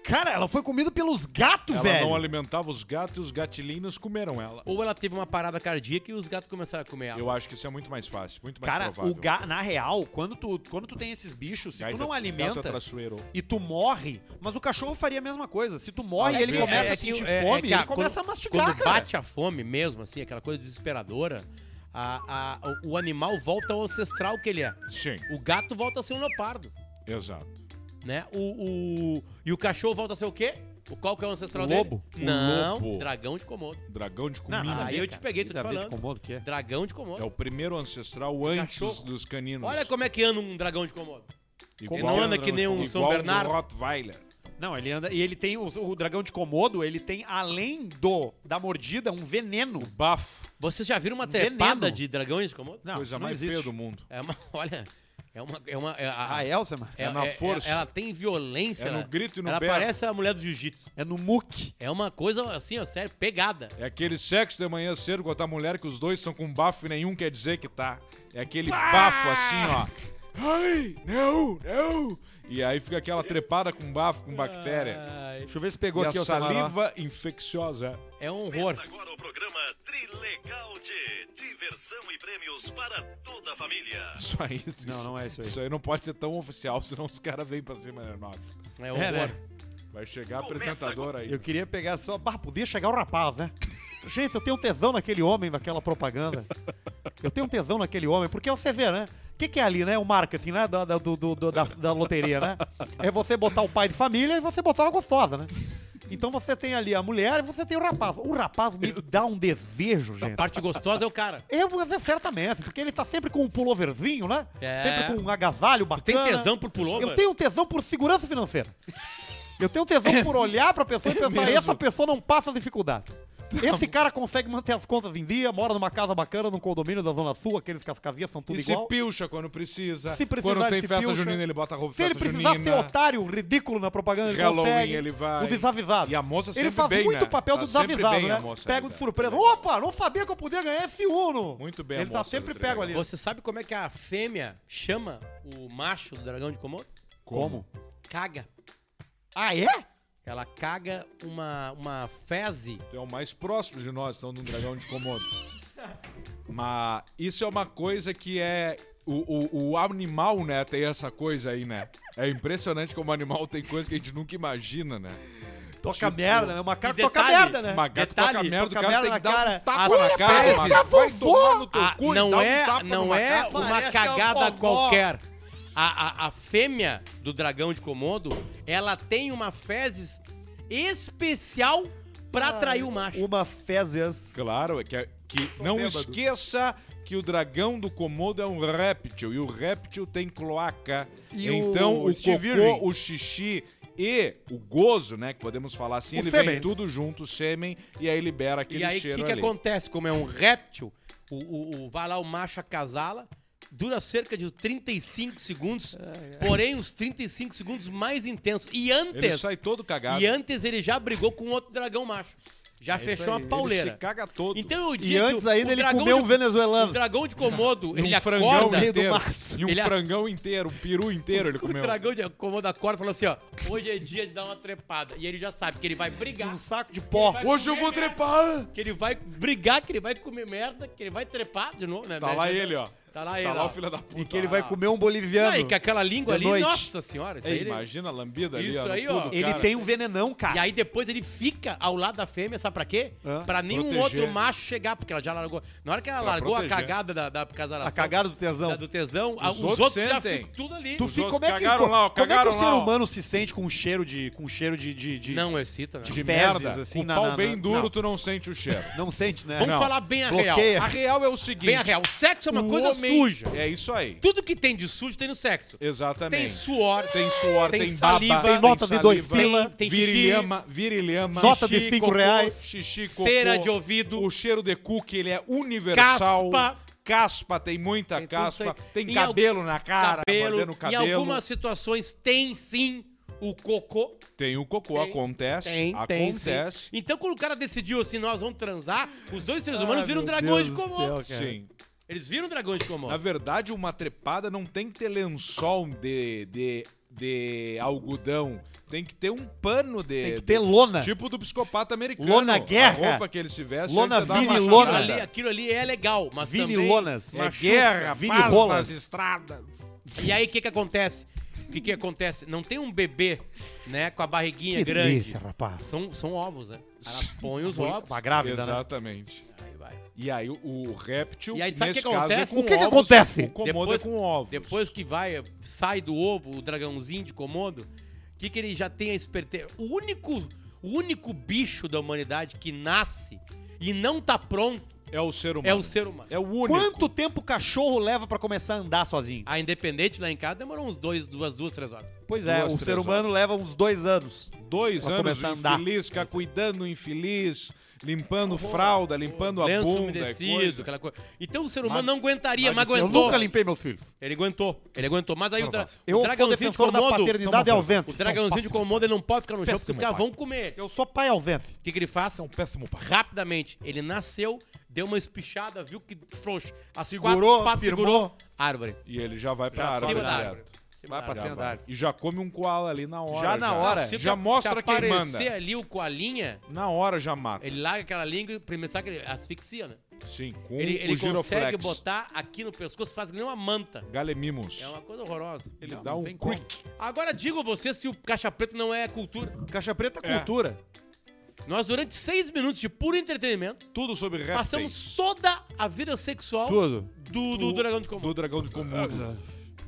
Cara, ela foi comida pelos gatos, Ela velho. não alimentava os gatos e os gatilhinos comeram ela. Ou ela teve uma parada cardíaca e os gatos começaram a comer ela. Eu acho que isso é muito mais fácil, muito mais Cara, provável. o ga... na real, quando tu, quando tu tem esses bichos, se Gaita- tu não gato é alimenta traçoeiro. e tu morre, mas o cachorro faria a mesma coisa. Se tu morre, Às ele vezes. começa É a que- sentir é- é fome, que ele começa quando- a mastigar, Quando cara. bate a fome mesmo, assim, aquela coisa desesperadora, a- a- o- o animal volta ao ancestral que ele é. Sim, O gato volta a ser um leopardo, exato. né? O, o- e o cachorro volta a ser o quê? O qual que é o ancestral Lobo. dele? Não, lobo. dragão de Komodo. Dragão de Não, comida. nada a Aí ver, eu te cara. peguei, tô Nada te a ver de falando. Komodo, que é? Dragão de Komodo. É o primeiro ancestral antes Cachorro. dos caninos. Olha como é que anda um dragão de Komodo. Igual- ele não é anda que nem um igual São do Bernardo. Rottweiler. Não, ele anda. E ele tem. O, o dragão de Komodo, ele tem, além do da mordida, um veneno. Bafo, Vocês já Um viram uma Veneno. trepada de dragões de Komodo? Não, coisa isso não mais existe. feia do mundo. É uma, olha, é uma... É uma é a- A Ah, Elsa, mano. é- é na é- força. é- Ela tem violência. É no ela- grito e no Ela berro. parece a mulher do jiu-jitsu. É no muque. É uma coisa assim, ó, sério, pegada. É aquele sexo de manhã cedo com outra mulher que os dois estão com bafo e nenhum quer dizer que tá. É aquele bafo assim, ó. Ai, não, não. E aí fica aquela trepada com bafo, com bactéria. Deixa eu ver se pegou E a aqui o Samara, ó. é saliva infecciosa. É um horror. Agora o programa Trilegal de diversão e prêmios para toda a família. Isso aí. Não, não é isso aí. Isso aí não pode ser tão oficial, senão os caras vêm pra cima de nós. É um É, né? horror. Vai chegar apresentador aí. Eu queria pegar só. Bah, podia chegar o rapaz, né? Gente, eu tenho tesão naquele homem, naquela propaganda. Eu tenho um tesão naquele homem, porque você vê, né? O que, que é ali, né? O marketing, né? Da, da- do, do- do- da, da loteria, né? É você botar o pai de família e você botar uma gostosa, né? Então você tem ali a mulher e você tem o rapaz. O rapaz me dá um desejo, A gente. parte gostosa é o cara. Eu vou dizer certamente, porque ele tá sempre com um pulloverzinho, né? É. Sempre com um agasalho Tem bacana. tesão por pullover? Eu tenho tesão por segurança financeira. Eu tenho tesão por olhar pra pessoa e pensar, essa pessoa não passa dificuldade. Esse cara consegue manter as contas em dia, mora numa casa bacana, num condomínio da Zona Sul, aqueles que as casinhas são tudo E se igual. é pilcha quando precisa. Se precisar, quando tem ele se festa pilcha. junina, ele bota a roupa de Se ele festa precisar ser junina. otário, ridículo na propaganda, ele Halloween consegue. ele vai. O desavisado. E a moça Ele sempre faz bem, muito né? o papel do Tá sempre desavisado, bem né? a moça, Pega né, o de cara? surpresa. Opa, não sabia que eu podia ganhar esse Uno. Muito bem, Ele a tá moça sempre do pego dragão. ali. Você sabe como é que a fêmea chama o macho do dragão de Komodo? Como? Caga. Ah, é? Ela caga uma, uma fezes. Tu é o mais próximo de nós, então, de um dragão de Komodo. Mas isso é uma coisa que é. O, o, o animal, né, tem essa coisa aí, né? É impressionante como o animal tem coisa que a gente nunca imagina, né? Toca merda, né? O E macaco toca detalhe, merda, né? Macaco Detalhe, toca merda, o toca cara merda tem que na dar cara. Ah, um tapa Olha, na cara. parece Macaco. a Vai vovó! tomar no teu Ah, cu e dá não um é, tapa no não é macaco. uma Parece a cagada vovó. qualquer. A, a, a fêmea do dragão de Komodo, ela tem uma fezes especial pra atrair o macho. Uma fezes. Claro, é que, é- que não bêbado. esqueça que o dragão do Komodo é um réptil e o réptil tem cloaca. E então o o, Steve Irwin. cocô, o xixi e o gozo, né, que podemos falar assim, O ele sêmen. vem tudo junto, sêmen, e aí libera aquele E aí, o que, cheiro que ali. acontece? Como é um réptil, o, o, o- vai lá o macho acasala, dura cerca de 35 segundos, porém os 35 segundos mais intensos. E Ele antes, sai todo cagado. e antes ele já brigou com outro dragão macho. Já fechou uma É Ele se pauleira. caga todo. Então eu digo E antes ainda ele comeu um O venezuelano. dragão de Komodo, E um ele frangão acorda... inteiro. mato. E um Ele a- frangão inteiro, um peru inteiro ele O comeu. dragão de Komodo acorda e fala assim, ó, hoje é dia de dar uma trepada. E ele já sabe que ele vai brigar. Um saco de pó. Vai Hoje eu comer vou merda. trepar! Que ele vai brigar, que ele vai comer merda, que ele vai trepar de novo, né? Tá lá ele, ó. Tá lá ele. Tá lá ó. o filho da puta. E que ele ó. vai comer um boliviano. Não, e é com aquela língua De ali, noite. nossa senhora. Isso aí Ei, ele- Imagina a lambida ali, Isso no aí, cu ó. do Ele Ele cara. tem um venenão, cara. E aí depois ele fica ao lado da fêmea, sabe pra quê? Hã? Pra nenhum Proteger. outro macho chegar, porque ela já largou. Na hora que ela Pra largou proteger. a cagada da, da casalação, tá A cagada do da- Tá tesão. do tesão, a- os, outros outros, já sentem. ficam tudo ali. Tu Os fica, outros como é que, cagaram lá, ó, como é que cagaram o ser lá, ó. humano se sente com um cheiro de com um cheiro de, de, de- Não excita, né? de fezes, merda, assim, com o na- pau na- bem na- duro, não. tu não sente o cheiro. não sente, né? Vamos Não. falar bem a real. Bloqueia. A real é o seguinte. Bem a real. O sexo é uma o coisa homem- suja. É isso aí. Tudo que tem de sujo tem no sexo. Exatamente. Tem suor, Tem suor, tem, tem baba, saliva, Tem nota de dois saliva, pila, tem xixi. virilhama, virilhama, Nota de xixi, cinco cocô, reais. xixi, cocô, cera de ouvido. o cheiro de cu que ele é universal, Caspa. caspa, tem muita Tem tudo caspa, isso aí. tem Em cabelo na cara, cabelo. mordendo o cabelo, Em algumas situações tem sim o cocô. tem o cocô, Tem, acontece, acontece, sim. Então quando o cara decidiu assim, nós vamos transar, os dois seres Ah, humanos viram dragões de Komodo. sim. Eles viram dragões de Na Komodo. verdade, uma trepada não tem que ter lençol de, de, de algodão. Tem que ter um pano de. Tem que ter de- lona. Tipo do psicopata americano. Lona A guerra. roupa que ele tivesse. Lona Aquilo vinilona. ali, aquilo ali é legal, mas também... Vinilonas. É guerra, Vini paz rolas. nas estradas. E aí o que que acontece? O que que acontece? Não tem um bebê, né, com a barriguinha grande. delícia, rapaz. São, são ovos, né? Ela põe os ovos. Uma grávida, né? Exatamente. Aí vai. E aí o, o réptil, E aí, sabe o nesse que caso, é acontece? com O que que ovos, acontece? O comodo Depois- é com ovos. Depois que vai, sai do ovo o dragãozinho de Komodo, o que, que ele já tem a esperteza? O único, o único bicho da humanidade que nasce e não tá pronto É o ser humano. é o ser humano. É o único. Quanto tempo o cachorro leva pra começar a andar sozinho? A Independente lá em casa demorou uns dois, duas, duas, três horas. Pois é, Duas, o três ser humano leva uns dois anos. Dois Pra anos começar a andar. infeliz, ficar cuidando do infeliz, limpando fralda, limpando a Lenço bunda. é umedecido, coisa. aquela coisa. Então o ser humano não aguentaria, mas Eu aguentou. nunca limpei meus filhos. Ele aguentou, ele aguentou. Mas aí o, dra- Eu o sou dragãozinho de defensor da Komodo, paternidade o ausente. dragãozinho de Komodo ele não pode ficar no chão porque os Péssimo caras pai. vão comer ele. Eu sou pai ausente. O que, que ele faz? Péssimo pai. rapidamente. Ele nasceu, deu uma espichada, viu que frouxo. As Segurou, quatro patas firmou. Árvore. E ele já vai pra, Pra árvore cima da direto. árvore. Vai pra cima da árvore. E já come um koala ali na hora. Já na hora. Se Já tu- mostra se quem aparecer manda. ali o coalinha, Na hora já mata. ele larga aquela língua e primeiro sabe que ele asfixia, né? Sim, com Ele, ele Um, o consegue giroflex. botar aqui no pescoço, faz que nem uma manta. Galemimus. É uma coisa horrorosa. Ele dá um quick. Agora digo a você se o caixa preto não é cultura. Caixa preta é cultura. Nós, durante seis minutos de puro entretenimento, Tudo sobre répteis. passamos toda a vida sexual tudo. do, do dragão de comando. Do dragão de Ah. Komodo.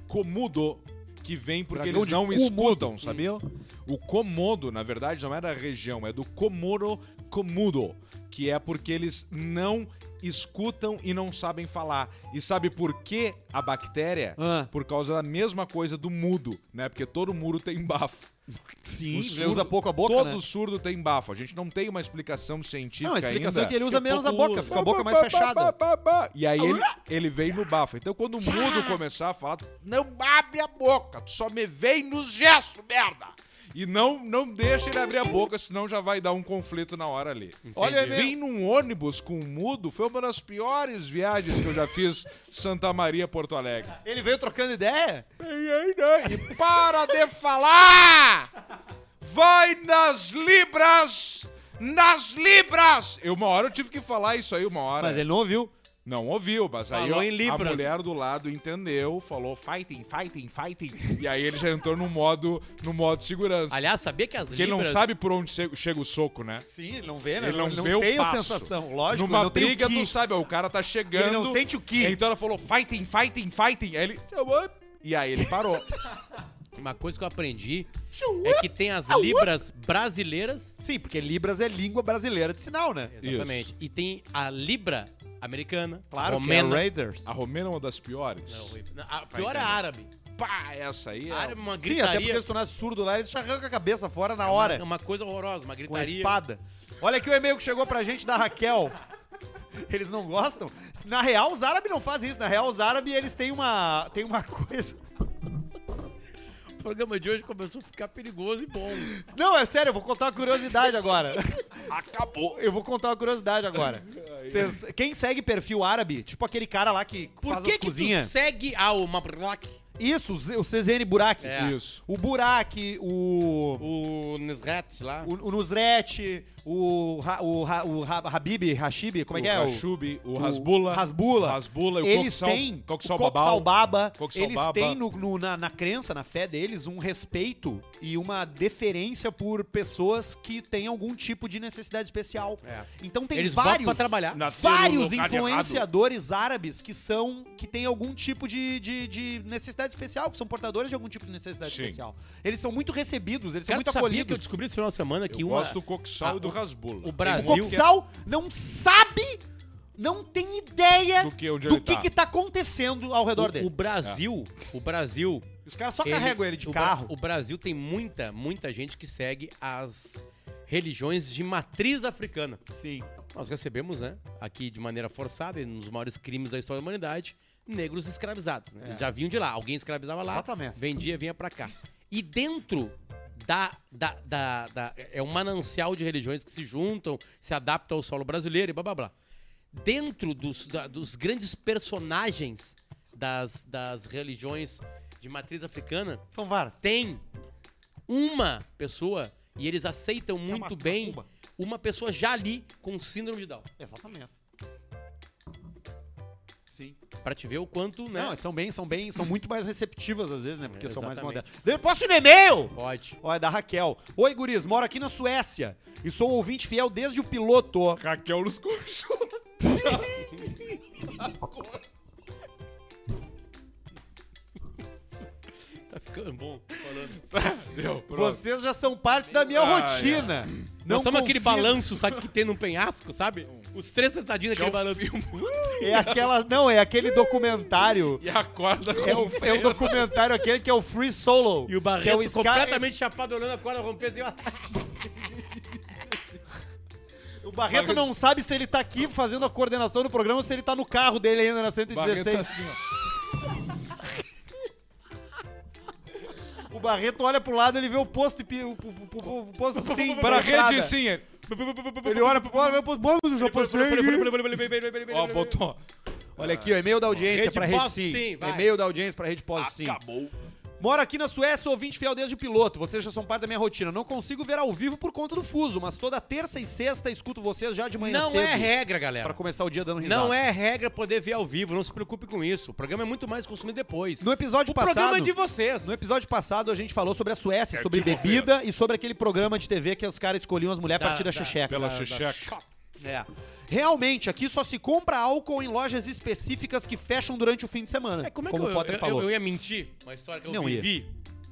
Komodo, que vem porque Dragão eles de não Komodo. escutam, sabia? O Komodo, na verdade, não é da região, é do Komoro Komudo, que é porque eles não escutam e não sabem falar. E sabe por que a bactéria? Ah. Por causa da mesma coisa do mudo, né? Porque todo muro tem bafo. Sim, O ele surdo- usa pouco a boca, Todo né? surdo tem bafo. A gente não tem uma explicação científica Não, a explicação ainda. é que ele usa Eu menos a pouco boca, uso. fica a boca mais fechada. E aí ele, ele vem no bafo. Então quando o mudo começar a falar, tu não abre a boca, tu só me vem nos gestos, merda! E não, não deixa ele abrir a boca, senão já vai dar um conflito na hora ali. Olha, vim num ônibus com um mudo, foi uma das piores viagens que eu já fiz Santa Maria, Porto Alegre. Ele veio trocando ideia? E para de falar! Vai nas libras! Nas libras! Eu, uma hora eu tive que falar isso aí, uma hora. Mas ele não ouviu. Não ouviu, mas aí Falou ó, em libras. a mulher do lado entendeu, falou fighting, fighting, fighting. E aí ele já entrou no modo, no modo segurança. Aliás, sabia que as porque ele não libras... sabe por onde che- chega o soco, né? Sim, ele não vê, né? Ele não vê o tem a passo. sensação, lógico. Numa ele não tem o briga, ki. tu sabe, ó, o cara tá chegando. Ele não sente o ki. Então ela falou fighting, fighting, fighting. Aí ele. "Tchau, up", E aí ele parou. Uma coisa que eu aprendi é que tem as libras brasileiras, uh! Sim, porque Libras é língua brasileira de sinal, né? exatamente, e tem a libra americana, Claro que é romena. Raiders. A Romena é uma das piores. a pior é a árabe. Pá, essa aí é. A árabe é uma Sim, até gritaria. porque se tornasse surdo lá, eles te arrancam a cabeça fora na É hora, uma coisa horrorosa, uma com a gritaria. espada. Olha aqui o e-mail que chegou pra gente da Raquel. Eles não gostam? Na real, os árabes não fazem isso. Na real, os árabes, eles têm uma, têm uma coisa... O programa de hoje começou a ficar perigoso e bom. Não, é sério, eu vou contar uma curiosidade agora. Acabou. Eu vou contar uma curiosidade agora. Cês- quem segue perfil árabe, tipo aquele cara lá que Por faz que as que tu cozinhas. segue ao Mabrlak, Isso, o Z- o CZN Burak. É. Isso. O Burak, o. o Nesret lá? O, o Nusret, o, Ra- o, Ra- o Ra- Habib, Hashib, como é que é? o O- Rachubi, o, o Rasbula. Rasbula. Rasbula e o eles Coxal- têm Coxal o Coxal Babau. Baba, Coxal eles Baba. têm no- no- na, na crença, na fé deles, um respeito e uma deferência por pessoas que têm algum tipo de necessidade especial. Então tem Eles botam vários pra trabalhar. Nasceu no vários lugar de influenciadores árabes que são que têm algum tipo de, de, de necessidade especial, que são portadores de algum tipo de necessidade Sim. especial. Eles são muito recebidos, eles são Cara, muito tu sabia que eu acolhidos. descobri esse final de semana que Eu uma... gosto do Coxal Ah, e do o- Rasbula. o Brasil- O Coxal não sabe, não tem ideia Do do que, que, onde ele que, tá tá. acontecendo ao redor O, o dele. É. Brasil, o Brasil... Os caras só carregam ele de o Bra- carro. O Brasil tem muita, muita gente que segue as religiões de matriz africana. Sim. Nós recebemos, né, aqui de maneira forçada, um dos maiores crimes da história da humanidade, negros escravizados. né? Eles já vinham de lá, alguém escravizava lá, É. Exatamente. vendia, vinha pra cá. E dentro da, da, da, da- É um manancial de religiões que se juntam, se adaptam ao solo brasileiro e blá blá blá. Dentro dos, da- dos grandes personagens das, das religiões de matriz africana, Então, vara. tem uma pessoa e eles aceitam muito uma bem macumba. uma pessoa já ali com síndrome de Down. Exatamente. Sim. Pra te ver o quanto, né? É, Não, são bem, são bem, são muito mais receptivas às vezes, né? Porque são mais Exatamente. modernas. Eu Posso ir no e-mail? Pode. Ó, é da Raquel. Oi, guris, moro aqui na Suécia e sou um ouvinte fiel desde o piloto. Raquel nos Coxal. Tá ficando bom. Falando. Deu, pronto. Vocês já são parte da minha Ai, rotina. Não Não Nós somos aquele consigo- balanço, sabe, que tem num penhasco, sabe? Os três sentadinhos naquele balanço. É aquela, não, é aquele documentário. E acorda com É o, é o documentário aquele que é o Free Solo. E o que é Barreto o Sky- completamente chapado, olhando a corda romper assim, ó. O Barreto não sabe se ele tá aqui fazendo a coordenação do programa ou se ele tá no carro dele ainda na 116. Barreto assim, ó. O Barreto olha pro lado, ele vê o posto, de pi- o, o, o, o posto sim. Para a estrada. rede, sim. ele- Ele olha pro lado, pro bando já passei. Ó, botou. Olha aqui, ó, e-mail da audiência Rede pra Rede Pós, Sim. sim, vai. e-mail da audiência pra Rede Pós Sim. Acabou. Moro aqui na Suécia, ouvinte fiel desde o piloto. Vocês já são parte da minha rotina. Não consigo ver ao vivo por conta do fuso, mas toda terça e sexta escuto vocês já de manhã Não cedo. é Pra regra, galera. começar o dia dando risada. Não é regra poder ver ao vivo, não se preocupe com isso. O programa é muito mais consumido depois. No episódio o passado... programa é de vocês. No episódio passado a gente falou sobre a Suécia, É sobre de vocês. bebida e sobre aquele programa de TV que os caras escolhiam as mulheres a Da- partir da, da- xixeca. Pela Da- da- xixeca. É. Realmente, aqui só se compra álcool em lojas específicas que fecham durante o fim de semana. É, como é como que o eu, Potter eu, falou. eu- eu ia mentir? Uma história que eu Não ia. vivi.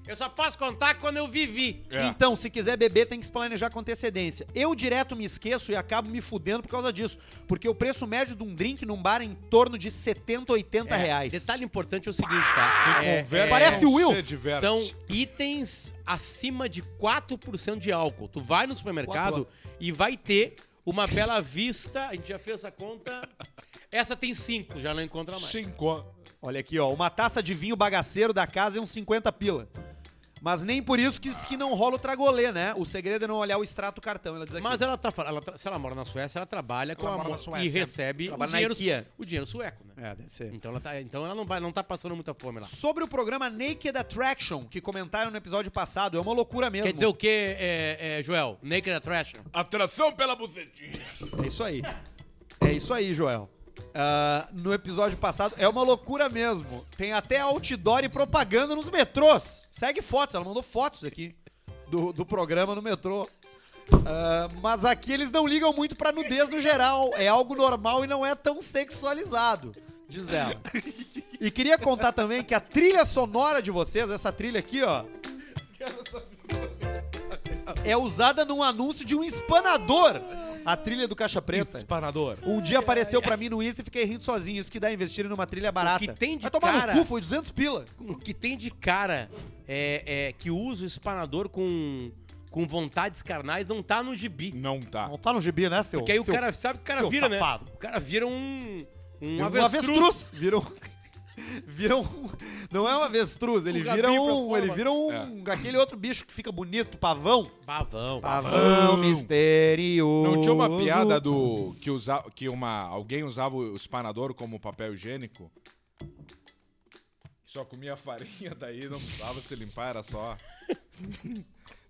Eu só posso contar quando eu vivi. Então, se quiser beber, tem que se planejar com antecedência. Eu direto me esqueço e acabo me fudendo por causa disso. Porque o preço médio de um drink num bar é em torno de 70, 80 reais. Detalhe importante é o seguinte, tá? É, é, Parece o Will. São itens acima de 4% de álcool. Tu vai no supermercado e vai ter uma bela vista. A gente já fez essa conta. Essa tem 5, já não encontra mais. Cinco. Olha aqui, ó. Uma taça de vinho bagaceiro da casa é uns 50 pila. Mas nem por isso que, que não rola o tragolê, né? O segredo é não olhar o extrato do cartão. Ela diz aqui. Mas ela tá falando, ela tra- se ela mora na Suécia, ela trabalha com Ela a mora mo- na Suécia, e é. recebe o Trabalha na dinheiro, IKEA. o dinheiro sueco, né? É, deve ser. Então ela tá, então ela não vai, não tá passando muita fome lá. Sobre o programa Naked Attraction, que comentaram no episódio passado, é uma loucura mesmo. Quer dizer o quê, é, é, Joel? Naked Attraction? Atração pela bucetinha. É isso aí. É isso aí, Joel. Ah, no episódio passado, é uma loucura mesmo. Tem até outdoor e propaganda nos metrôs. Segue fotos, ela mandou fotos aqui do, do programa no metrô. Ah, mas aqui eles não ligam muito pra nudez no geral. É algo normal e não é tão sexualizado, diz ela. E queria contar também que a trilha sonora de vocês, essa trilha aqui, ó. É usada num anúncio de um espanador. A trilha do Caixa Preta. Espanador. Um dia apareceu pra mim no Insta e fiquei rindo sozinho. Isso que dá investir numa trilha barata. O que tem de Vai tomar cara- no cu, foi 200 pila. O que tem de cara é, é que usa o espanador com, com vontades carnais não tá no gibi. Não tá. Não tá no gibi, né, seu? Porque aí o seu- cara, sabe o que o cara seu vira, safado. né? O cara vira um... Um, Um avestruz. avestruz. Vira um... Vira um... Não é um avestruz, ele Um vira rabinho pra um... fora. Ele vira um... É. Aquele outro bicho que fica bonito, pavão. Pavão. Pavão misterioso. Não tinha uma piada do que usa, que uma alguém usava o espanador como papel higiênico? Só comia farinha, daí não precisava se limpar, era só.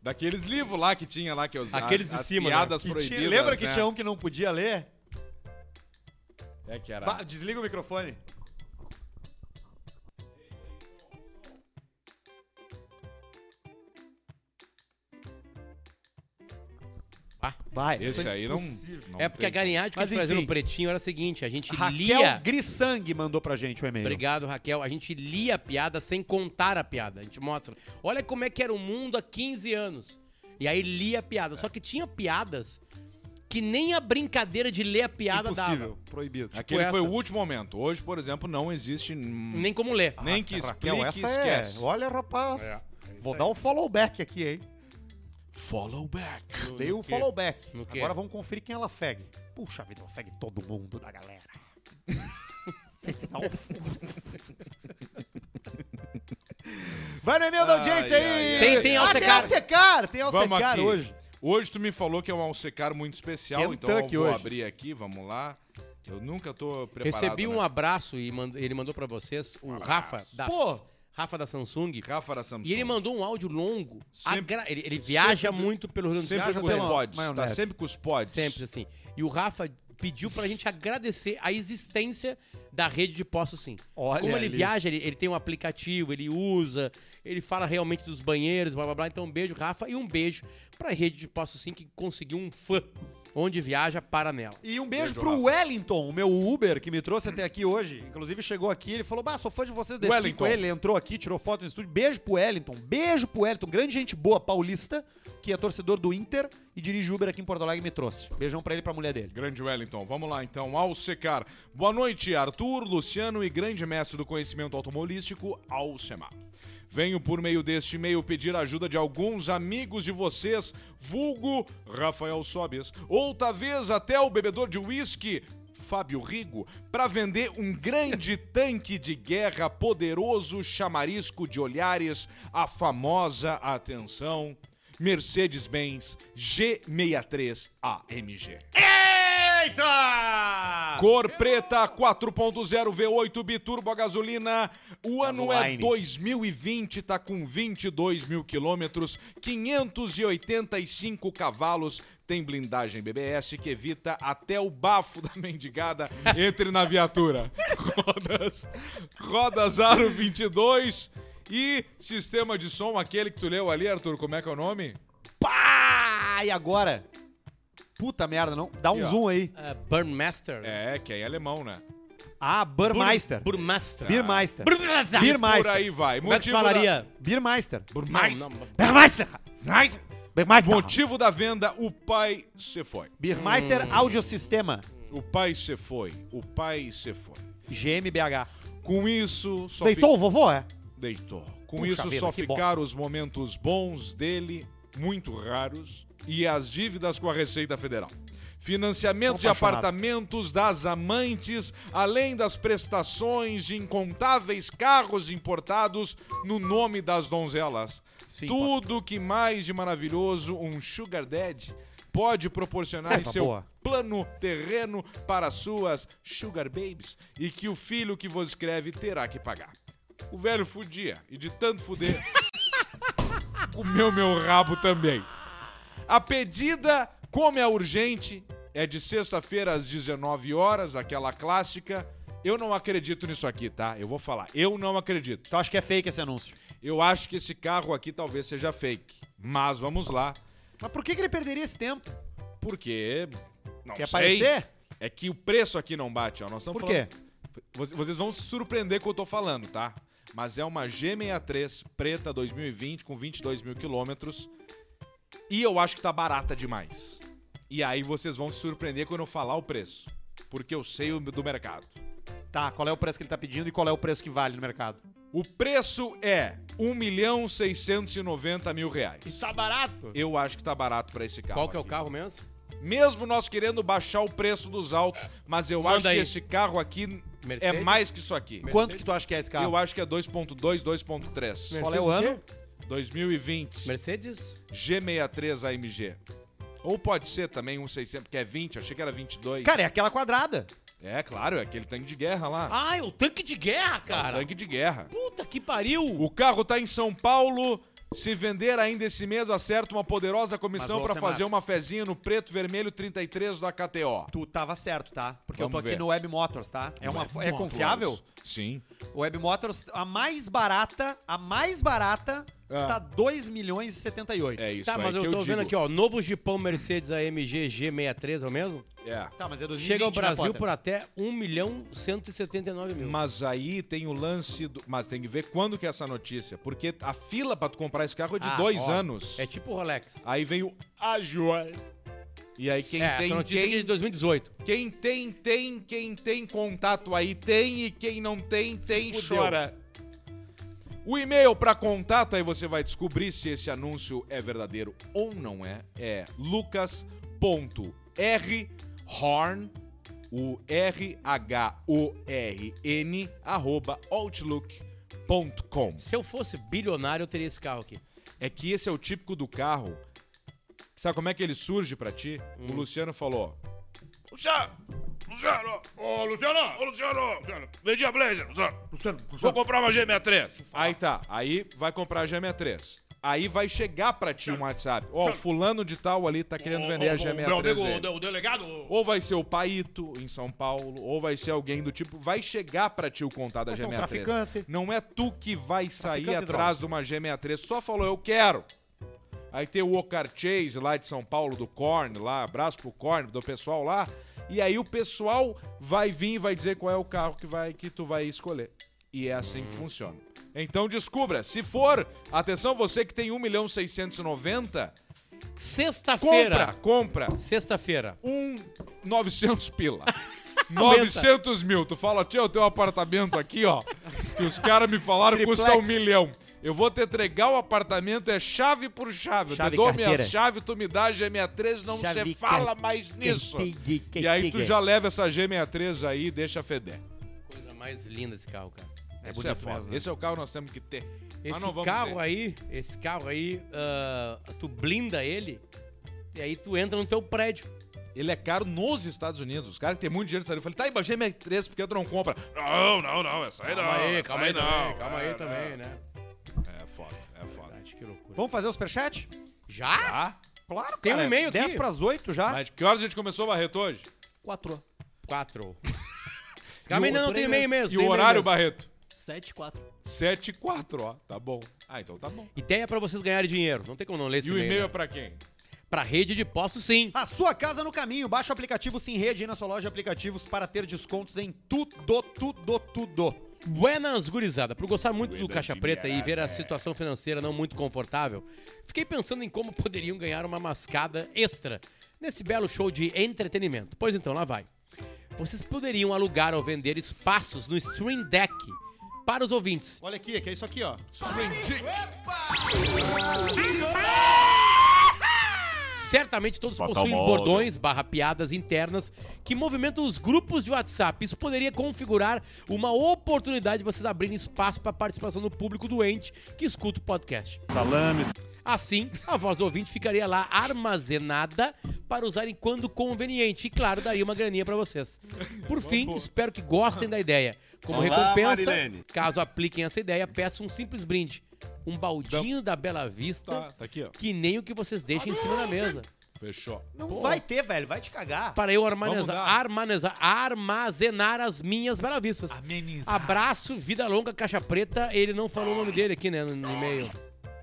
Daqueles livros lá que tinha lá que eu usava. Aqueles de cima, né? piadas Que tinha- proibidas. Lembra que né? tinha um que não podia ler? É que era. Vá, Desliga o microfone. Vai. Esse aí não. não É porque a tem- galinhagem que Mas eles traziam enfim. no pretinho era a seguinte, a gente Raquel lia... Grissangue mandou pra gente o e-mail. Obrigado, Raquel. A gente lia a piada sem contar a piada. A gente mostra. Olha como é que era o mundo há 15 anos. E aí lia a piada. Só que tinha piadas que nem a brincadeira de ler a piada dava. proibido. Aquele essa. foi o último momento. Hoje, por exemplo, não existe. Nem, Nem como ler. nem ah, que explique, Raquel, essa é- esquece. Olha, rapaz. É, Vou dar um follow back aqui, hein? Follow back. No- Dei no um quê? follow back. No quê? Agora vamos conferir quem ela segue. Puxa vida, ela segue todo mundo da galera. Tem que dar um Vai no e-mail da audiência Ai, aí. ai, ai. Tem- tem Ah, Alcecar. Alcecar. Tem Vamos Alcecar aqui. hoje. Hoje tu me falou que é um alcecar muito especial, então eu Kentucky vou hoje. abrir aqui, vamos lá. Eu nunca tô preparado. Recebi um né? Um abraço e mand- ele mandou pra vocês o Rafa da Pô! Rafa da Samsung. Rafa da Samsung. E ele mandou um áudio longo. Sempre- Agra- ele, ele viaja sempre- muito pelo Rio Grande do Sul. sempre Viaja com os pela- pods, tá maionese. sempre com os pods. Sempre, assim. E o Rafa pediu pra gente agradecer a existência da rede de Poço Sim. Olha Como ele ali. viaja, ele, ele tem um aplicativo, ele usa, ele fala realmente dos banheiros, blá blá blá. Então, um beijo, Rafa, e um beijo pra rede de Poço Sim que conseguiu um fã onde viaja para nela. E um beijo pro Wellington, o meu Uber, que me trouxe até aqui hoje. Inclusive chegou aqui, ele falou: Bah, sou fã de vocês desse Wellington. com ele. Entrou aqui, tirou foto no estúdio. Beijo pro Wellington, beijo pro Wellington, grande gente boa, paulista, que é torcedor do Inter e dirige Uber aqui em Porto Alegre e me trouxe. Beijão pra ele e pra mulher dele. Grande Wellington, vamos lá então, Alcecar. Boa noite, Arthur, Luciano e grande mestre do conhecimento automobilístico, Alcemar. Venho por meio deste e-mail pedir a ajuda de alguns amigos de vocês, vulgo Rafael Sobes, ou talvez até o bebedor de uísque, Fábio Rigo, para vender um grande tanque de guerra poderoso chamarisco de olhares, a famosa atenção Mercedes-Benz G63 AMG. Cor preta 4.0 V8 biturbo a gasolina. O ano é 2020, tá com 22 mil quilômetros, 585 cavalos. Tem blindagem BBS que evita até o bafo da mendigada entre na viatura. Rodas, rodas aro 22 e sistema de som aquele que tu leu ali, Arthur, como é que é o nome? Pá! E agora? Puta merda, não. Dá um E, ó. zoom aí. É, Ah, Burn Master. É, que é em é alemão, né? Ah, Burmeister. Burmeister. Burmeister. Burmeister. Por Birmeister. aí vai. Como é que se Motivo da- falaria? Birmeister. Não, não, Birmeister. Nice. Birmeister. Motivo da venda, o pai se foi. Hum. Birmeister Audiosistema. O pai se foi. O pai se foi. GMBH. Com isso, só Deitou fi- o vovô, é? Deitou. Com Puxa isso, vida, só que bom. ficaram os momentos bons dele, muito raros, e as dívidas com a Receita Federal. Financiamento Tô de apaixonado. apartamentos das amantes, além das prestações de incontáveis carros importados no nome das donzelas. Tudo que mais de maravilhoso um sugar daddy pode É, tá proporcionar em Essa seu boa. plano terreno para suas sugar babies e que o filho que vos escreve terá que pagar. O velho fudia e de tanto fuder, comeu meu rabo também. A pedida, como é urgente, é de sexta-feira às 19 horas, aquela clássica. Eu não acredito nisso aqui, tá? Eu vou falar. Eu não acredito. Então acho que é fake esse anúncio. Eu acho que esse carro aqui talvez seja fake. Mas vamos lá, Mas por que, que ele perderia esse tempo? porque. Não Quer sei. aparecer? É que o preço aqui não bate, ó. Nós estamos Por falando... Vo- Vocês vão se surpreender com o que eu tô falando, tá? Mas é uma G63 preta 2020 com 22 mil quilômetros. E eu acho que tá barata demais. E aí vocês vão se surpreender quando eu falar o preço. Porque eu sei o do mercado. Tá, qual é o preço que ele tá pedindo e qual é o preço que vale no mercado? O preço é 1 milhão 690 mil reais. Tá barato. Eu acho que tá barato pra esse carro. Qual que é o aqui. carro mesmo? Mesmo nós querendo baixar o preço dos autos, mas eu Manda acho aí. que esse carro aqui é Mercedes? mais que isso aqui. Quanto que tu acha que é esse carro? Eu acho que é 2.2, 2.3. Qual é o ano? 2020. Mercedes? G63 AMG. Ou pode ser também um 600, que é 20, eu achei que era 22. Cara, é aquela quadrada. É, claro, é aquele tanque de guerra lá. Ah, é o tanque de guerra, cara. É tanque de guerra. Puta que pariu. O carro tá em São Paulo. Se vender ainda esse mês, acerta uma poderosa comissão Mas, ô, pra Semar. fazer uma fezinha no preto vermelho 33 da KTO. Tu tava certo, tá? Porque Vamos eu tô aqui ver. no Web Motors, tá? É, uma, é confiável? Sim. O Web Motors, a mais barata, a mais barata, Ah. tá 2 milhões e 78. É isso Tá, aí mas eu que tô digo. vendo aqui, ó. Novo Jeepão Mercedes AMG G63, é o mesmo? É. Tá, mas é 2020, Chega ao né, Brasil Potter? por até 1 milhão 179 mil. Mas aí tem o lance do. Mas tem que ver quando que é essa notícia. Porque a fila pra tu comprar esse carro é de Ah, dois ó, anos. É tipo o Rolex. Aí veio a joia. E aí quem é, tem, essa notícia tem, aqui é de 2018. quem tem, tem, quem tem contato aí tem, e quem não tem, tem, fudeu. chora. O e-mail pra contato, aí você vai descobrir se esse anúncio é verdadeiro ou não é, é lucas.rhorn, o R-H-O-R-N, arroba outlook.com. Se eu fosse bilionário, eu teria esse carro aqui. É que esse é o típico do carro. Sabe como é que ele surge pra ti? O Luciano falou: Hum. Luciano! Luciano! Ô, Luciano! Ô, Luciano! Luciano! Vendi a Blazer, Luciano! Luciano, Vou comprar uma G63. Aí tá, aí vai comprar a G63. Aí vai chegar pra ti um WhatsApp. Ó, fulano de tal ali tá querendo vender a G63. dele. Ou vai ser o Paito em São Paulo, ou vai ser alguém do tipo, vai chegar pra ti o contato da Vai ser um G63. traficante. Não é tu que vai sair Traficante de atrás de uma G63, só falou eu quero. Aí tem o Ocar Chase lá de São Paulo, do Korn, lá, abraço pro Korn, do pessoal lá. E aí o pessoal vai vir e vai dizer qual é o carro que, vai, que tu vai escolher. E é assim que funciona. Então descubra, se for, atenção você que tem 1 milhão 690, compra, Sexta-feira. compra Sexta-feira. um 900 pila. 900 mil. Tu fala, tio, eu tenho um apartamento aqui, ó. Que os caras me falaram que custa um Triplex. milhão. Eu vou te entregar o apartamento, é chave por chave. eu te Chave dou carteira. minha chave, tu me dá a G63, não Chave se fala mais nisso. E aí tu já leva essa G63 aí e deixa feder. Coisa mais linda esse carro, cara. É Isso é foda. né? Esse é o carro que nós temos que ter. Mas não né? Esse vamos carro ter. aí, esse carro aí, ah, tu blinda ele e aí tu entra no teu prédio. Ele é caro nos Estados Unidos. Os caras que têm muito dinheiro saíram. Eu falei, tá, aí, mas G63, por que tu não compra? Não, não, não, essa aí não. essa não. calma É, aí não. também, né? É foda, é foda. Verdade, que loucura. Vamos fazer o superchat? Já? Tá? Claro, Tem um cara. e-mail aqui. 10 pras 8 já. Mas que horas a gente começou, Barreto, hoje? Quatro. Quatro. Calma aí, não, não tem e-mail mesmo. E tem o e-mail horário, mesmo. Barreto? 7, 4. 7 e 4, ó. Tá bom. Ah, então tá bom. Ideia pra vocês ganharem dinheiro. Não tem como não ler esse E o e-mail é né? pra quem? Pra rede de postos, sim. A sua casa no caminho. Baixa o aplicativo Sim Rede aí na sua loja de aplicativos para ter descontos em tudo, tudo, tudo. Buenas, gurizada. Por gostar muito do Caixa Preta e ver a situação financeira não muito confortável, fiquei pensando em como poderiam ganhar uma mascada extra nesse belo show de entretenimento. Pois então, lá vai. Vocês poderiam alugar ou vender espaços no Stream Deck para os ouvintes. Olha aqui, que é isso aqui, ó. Certamente todos possuem bordões, barra piadas internas que movimentam os grupos de WhatsApp. Isso poderia configurar uma oportunidade de vocês abrirem espaço para a participação do público doente que escuta o podcast. Assim, a voz do ouvinte ficaria lá armazenada para usarem quando conveniente. E claro, daria uma graninha para vocês. Por fim, espero que gostem da ideia. Como recompensa, caso apliquem essa ideia, peço um simples brinde. Um baldinho da Bela Vista, Tá, tá aqui, ó. que nem o que vocês deixam em cima da mesa. Fechou. Não vai ter, velho. Vai te cagar. Para eu armazenar, dar. armazenar, armazenar as minhas Bela Vistas. Amenizar. Abraço, vida longa, caixa preta. Ele não falou o nome dele aqui, né, no no e-mail.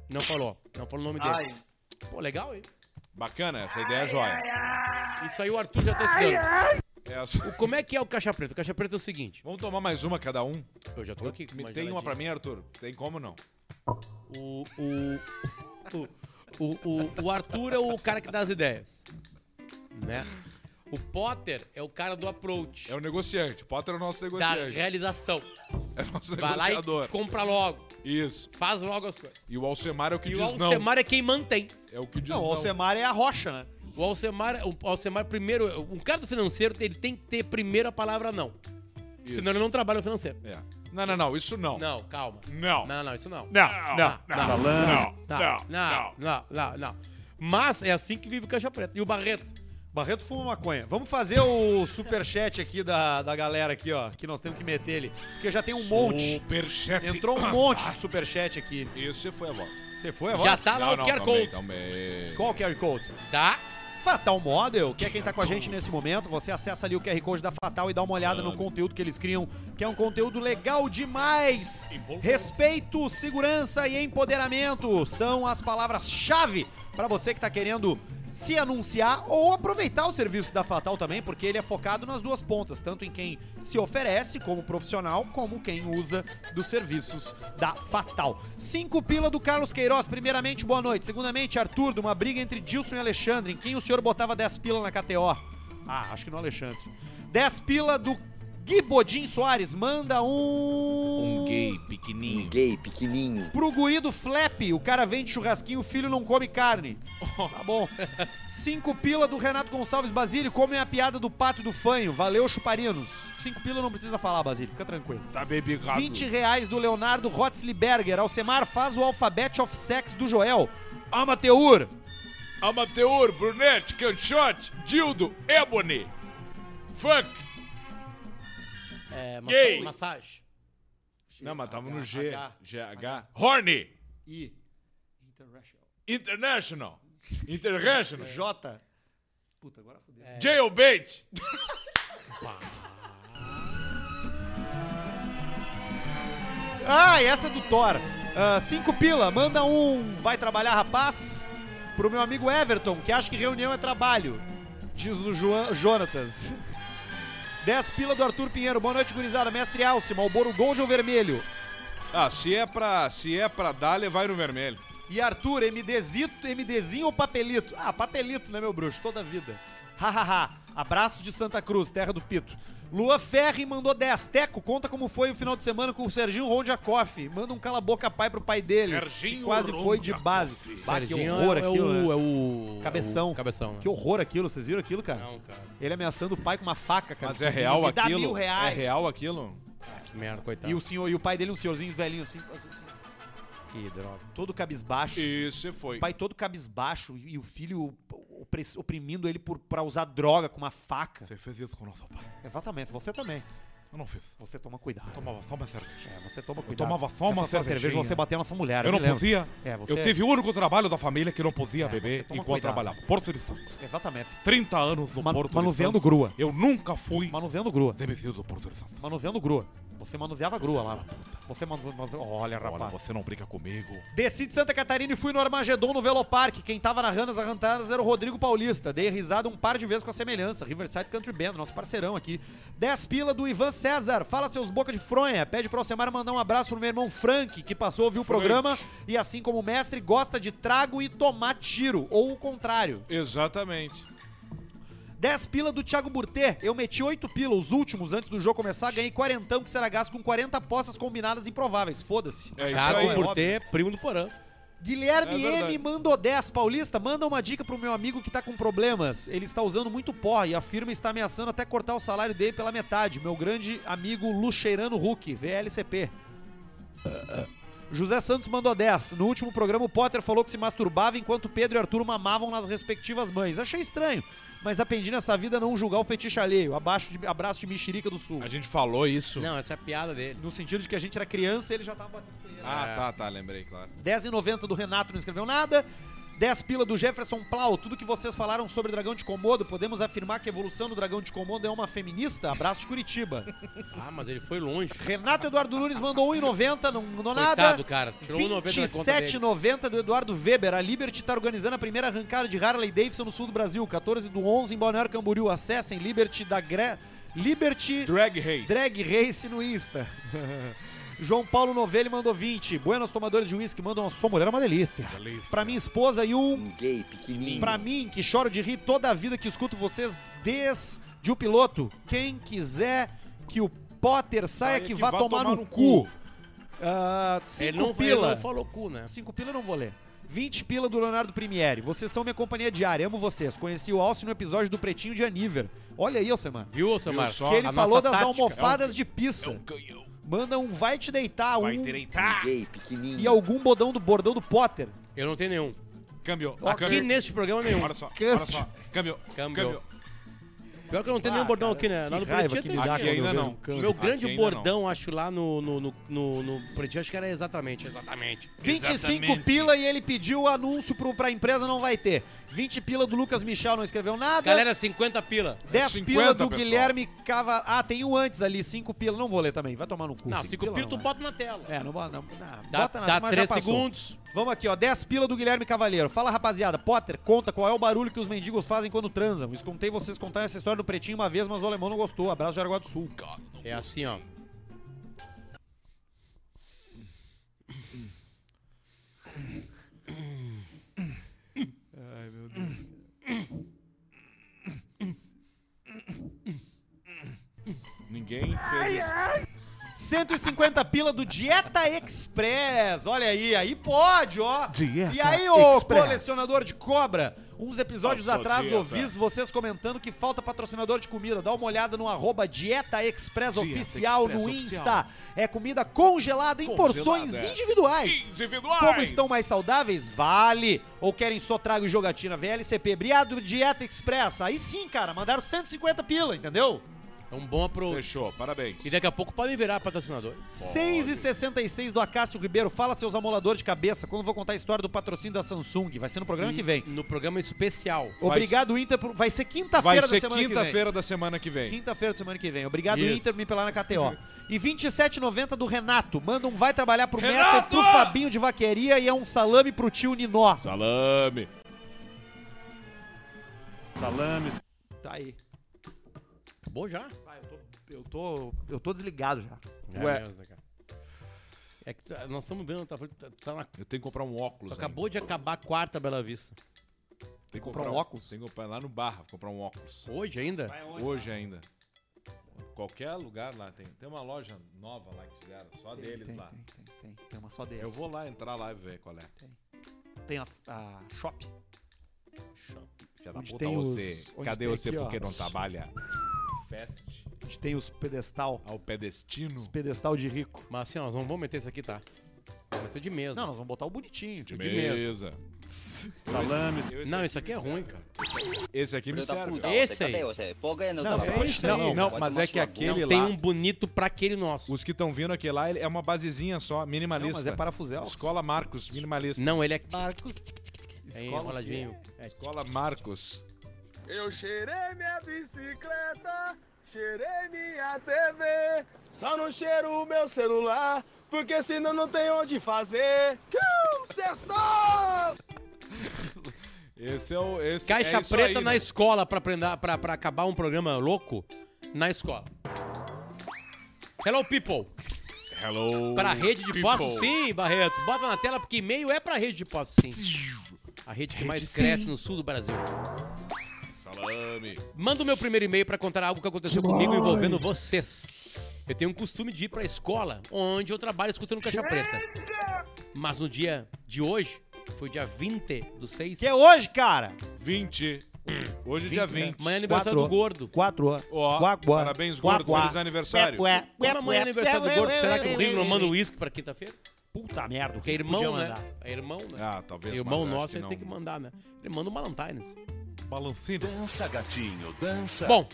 Não falou. Não falou o nome dele. Ai, Pô, legal, hein? Bacana, essa ideia é joia. Isso aí o Arthur já tá estudando. Essa- Como é que é o caixa preta? O caixa preta é o seguinte. Vamos tomar mais uma cada um? Eu já tô aqui. com Me, tem uma geladinha. pra mim, Arthur? Tem como não? O, o, o, o, o, o Arthur é o cara que dá as ideias. Né? O Potter é o cara do approach. É o negociante. Potter é o nosso da negociante. realização. É o nosso Vai lá negociador. e compra logo. Isso. Faz logo as coisas. E o Alcemar é o que E diz o Alcemar é quem mantém. não. É o que diz Não, não. o Alcemar é a rocha, né? O Alcemar, o Alcemar primeiro, um cara do financeiro, ele tem que ter primeiro a palavra não. Isso. Senão ele não trabalha no financeiro. É. Não, não, não. Isso não. Não, calma. Não. Não, não, isso não. Não. Não. não, Não. não, não, não, não, não. Mas é assim que vive o Caixa Preta. E o Barreto? Barreto fuma maconha. Vamos fazer o superchat aqui da, da galera aqui, ó. Que nós temos que meter ele. Porque já tem um monte. Superchat. Entrou um monte de superchat aqui. Esse foi a voz. Você foi agora? Já tá lá o QR também, Code. também. Qual o QR Code? Tá? Fatal Model, que é quem tá com a gente nesse momento. Você acessa ali o QR Code da Fatal e dá uma olhada no conteúdo que eles criam, que é um conteúdo legal demais. Respeito, segurança e empoderamento são as palavras-chave para você que tá querendo se anunciar ou aproveitar o serviço da Fatal também, porque ele é focado nas duas pontas, tanto em quem se oferece como profissional, como quem usa dos serviços da Fatal. Cinco pila do Carlos Queiroz, primeiramente, boa noite. Segundamente, Arthur, de uma briga entre Dilson e Alexandre, em quem o senhor botava 10 pila na KTO? Ah, acho que no Alexandre. 10 pila do Gui Bodin Soares, manda um... Um gay. um gay pequenininho. Pro guri do Flap, o cara vende churrasquinho, o filho não come carne. Tá bom. Cinco pila do Renato Gonçalves Basílio, comem a piada do pato e do fanho. Valeu, chuparinos. Cinco pila não precisa falar, Basílio, fica tranquilo. Tá bebigado. 20 reais do Leonardo Rotzliberger. Alcemar faz o alfabete of sex do Joel. Amateur. Amateur, Brunete, Canchote, Dildo, Ebony, Funk. É, massa- Gay. massagem. Não, mas tava no G. H. GH. Horny, I. International. International, International, J. Puta, agora fodeu. É. Jailbait. Ah, e essa é do Thor. Ah, cinco pila, manda um. Vai trabalhar, rapaz. Pro meu amigo Everton, que acha que reunião é trabalho. Diz o Joan, Jonatas. 10 pila do Arthur Pinheiro. Boa noite, gurizada. Mestre Alce, Malboro Gold ou Vermelho? Ah, se é pra, se é pra dar, levar no vermelho. E Arthur, MDzito, MDzinho ou papelito? Ah, papelito, né, meu bruxo? Toda vida. Hahaha. Abraço de Santa Cruz, terra do Pito. Lua Ferri mandou 10. Teco, conta como foi o final de semana com o Serginho Rondiakoff. Manda um cala-boca pai pro pai dele. que Serginho quase foi de base. Bah, que Serginho horror é, é aquilo. o, né? é o... Cabeção. é o cabeção, né? Que horror aquilo, vocês viram aquilo, cara? Não, cara. Ele ameaçando o pai com uma faca, cara. Mas é real Me dá aquilo? mil reais. É real aquilo? Que merda, coitado. E o senhor e o pai dele, um senhorzinho velhinho assim, assim, Que droga. todo cabisbaixo. Isso foi. O pai todo cabisbaixo e e o filho opres- oprimindo ele por, pra usar droga com uma faca. Você fez isso com o nosso pai. Exatamente, você também. Eu não fiz. Você toma cuidado. Tomava só uma cerveja. É, você toma cuidado. tomava só uma Essa sua cerveja cervejinha. você bateu na sua mulher. Eu não me lembro. podia. É, você- É, Eu tive o único trabalho da família que não podia beber você toma enquanto cuidado. trabalhava. Porto de Santos. Exatamente. 30 anos no Manu- Porto de manuseando Santos. grua. Eu nunca fui Manuseando grua. demitido do Porto de Santos. Manuseando grua. Você manuseava grua lá. Puta. Você mandou. mandou- Olha, Olha, rapaz. você não brinca comigo. Desci de Santa Catarina e fui no Armagedon no Velopark. Quem tava narrando as arrancadas era o Rodrigo Paulista. Dei risada um par de vezes com a semelhança. Riverside Country Band, nosso parceirão aqui. 10 pila do Ivan César. Fala seus boca de fronha. Pede pro Alcemar mandar um abraço pro meu irmão Frank, que passou a ouvir o programa e, assim como o mestre, gosta de trago e tomar tiro. Ou o contrário. Exatamente. 10 pila do Thiago Burtê. Eu meti 8 pila, os últimos, antes do jogo começar. Ganhei quarentão que será gasto com 40 apostas combinadas improváveis. Foda-se. É isso Thiago aí. Portê, primo do Porã. Guilherme É verdade. M mandou 10. Paulista, manda uma dica pro meu amigo que tá com problemas. Ele está usando muito pó e a firma está ameaçando até cortar o salário dele pela metade. Meu grande amigo Lucheirano Huck, VLCP. José Santos mandou 10. No último programa, o Potter falou que se masturbava enquanto Pedro e Arthur mamavam nas respectivas mães. Achei estranho, mas aprendi nessa vida a não julgar o fetiche alheio. Abaixo de, abraço de mexerica do sul. A gente falou isso. Não, essa é a piada dele. No sentido de que a gente era criança e ele já tava batendo punheta. É. Ah, tá, tá, lembrei, claro. 10,90 do Renato não escreveu nada. 10 pila do Jefferson Plau. Tudo que vocês falaram sobre Dragão de Komodo, podemos afirmar que a evolução do Dragão de Komodo é uma feminista? Abraço de Curitiba. Ah, mas ele foi longe. Renato Eduardo Nunes mandou 1,90, não mandou Coitado, nada. cara. Tirou 1,90 da conta dele. 27,90 do Eduardo Weber. A Liberty tá organizando a primeira arrancada de Harley Davidson no sul do Brasil. 14 do 11 em Balneário Camboriú. Acessem Liberty da Gre... Liberty Drag Race. Drag Race no Insta. João Paulo Novelli mandou 20. Buenos tomadores de uísque mandam a sua mulher é uma delícia. Pra minha esposa e um. Um gay pequenininho. Pra mim, que choro de rir toda a vida que escuto vocês desde o piloto. Quem quiser que o Potter saia que, vá, tomar, no cu. Ah, cinco Ele não, ele pila. não falou cu, né? 5 pila eu não vou ler. 20 pila do Leonardo Primieri. Vocês são minha companhia diária. Amo vocês. Conheci o Alce no episódio do Pretinho de Aníver. Olha aí, Alcemar. Viu, Samar? Viu só? Que ele A falou nossa das tática. é um almofadas de pizza. Manda um vai te deitar, um Um gay pequenininho. e algum bodão do bordão do Potter. Eu não tenho nenhum. Câmbio. Aqui câmbio. neste programa nenhum. Olha só, olha só. Câmbio. Câmbio. Câmbio. Pior que eu não tenho nenhum bordão aqui, né? Lá no Pretinho tem. dá Aqui quando ainda. eu vejo não. um O câmbio. Meu grande Aqui ainda bordão, acho, lá no, no, no, no, no Pretinho, acho que era exatamente. Exatamente. 25 pila e ele pediu o anúncio pro, pra empresa, não vai ter. 20 pila do Lucas Michel, não escreveu nada. Galera, 50 pila. 10 50, pila do pessoal. Guilherme Cava... Ah, tem um antes ali, 5 pila. Não vou ler também, vai tomar no cu. Não, cinco 5 pila tu não, bota na tela. É, É, não bota, não, não, Dá, bota na dá mas já 3 passou. segundos. Vamos aqui, ó. 10 pila do Guilherme Cavalheiro. Fala, rapaziada. Potter, conta qual é o barulho que os mendigos fazem quando transam. Escontei vocês contarem essa história do Pretinho uma vez, mas o alemão não gostou. Abraço de Araguá do Sul. É assim, ó. Ninguém fez isso. 150 pila do Dieta Express. Olha aí, aí pode, ó. Dieta e aí, ô Express. colecionador de cobra, uns episódios Nossa, atrás dieta. ouvi vocês comentando que falta patrocinador de comida. Dá uma olhada no arroba Dieta Express Dieta Oficial no Express Insta. Oficial. É comida congelada em Congelada, porções é. individuais. Individuais. Como estão mais saudáveis? Vale! Ou querem só trago e jogatina VLCP? Briado Dieta Express. Aí sim, cara, mandaram 150 pila, entendeu? É um bom approach. Fechou, parabéns. E daqui a pouco podem virar patrocinador. 6,66 do Acácio Ribeiro. Fala, seus amolador de cabeça, quando eu vou contar a história do patrocínio da Samsung. Vai ser no programa que vem. No programa especial. Obrigado, Inter. Por... Vai ser Vai quinta-feira da semana ser que vem. quinta-feira da semana que vem. Quinta-feira da semana que vem. Obrigado, Isso. Inter, me pelar na KTO. E 27,90 do Renato. Manda um vai trabalhar pro Renato! Messi, pro Fabinho de Vaqueria e é um salame pro tio Ninó. Salame. Tá aí. Acabou já? Ah, eu, tô, eu, tô, eu tô desligado já. É Ué. mesmo, né, cara? É que tá- nós estamos vendo, tá, tá, tá na- Eu tenho que comprar um óculos. acabou de acabar a quarta Bela Vista. ainda. Tem que comprar um óculos? Tem que comprar lá no Barra, comprar um óculos. Hoje ainda? É Hoje ainda. Qualquer lugar lá tem. Tem uma loja nova lá que fizeram, só deles lá. Tem, tem uma só deles. Eu vou lá entrar lá e ver qual é. Tem a, a Shop. Filha da Onde puta, tem os- você. onde Cadê tem você aqui, ó. porque não trabalha? Fest A gente tem os pedestal. ao pedestino. Os pedestal de rico. Mas assim, ó, nós não vamos meter isso aqui, tá? Vamos meter de mesa. Não, nós vamos botar o bonitinho. De tipo. mesa. Salame. Não, isso aqui é ruim, cara. Esse aqui me serve. Esse aí. Não, mas é isso aí. Não, não, mas é que aquele Não, tem lá. um bonito pra aquele nosso. Os que estão vindo aqui lá ele é uma basezinha só, Não, minimalista. mas é parafusel. Escola Marcos, minimalista. Não, ele é... É Escola enroladinho. É. Escola Marcos. Eu cheirei minha bicicleta, cheirei minha TV, só não cheiro o meu celular, porque senão não tem onde fazer. Tchau, Sextou! Esse é o. Esse, Caixa é isso preta aí, na né? escola pra, aprender, pra, pra acabar um programa louco na escola. Hello, people. Hello. Pra rede de people. postos, sim, Barreto. Bota na tela, porque e-mail é pra rede de postos, sim. A rede que mais cresce no sul do Brasil. Salame. Manda o meu primeiro e-mail pra contar algo que aconteceu comigo envolvendo vocês. Eu tenho um costume de ir pra escola, onde eu trabalho escutando Caixa Preta. Mas no dia de hoje, foi dia 20 do 6, Que é hoje, cara? 20. Hoje é dia né? 20. amanhã é aniversário Quatro. do Gordo. Quatro horas. Ó, Quá, quá. parabéns, Quá, gordo. quá. Feliz aniversário. Ué, ué, ué, Como amanhã é ué, aniversário do ué, Gordo, ué, será ué, que o ué, Ringo não ué, manda ué. o uísque pra quinta-feira? Puta merda, o Porque é que podia irmão, né? mandar. É irmão, né? Ah, talvez. irmão mas acho nosso, que ele tem que mandar, né? Ele manda um Valentine's. Balancina. Dança, gatinho, Tá. dança. Bom,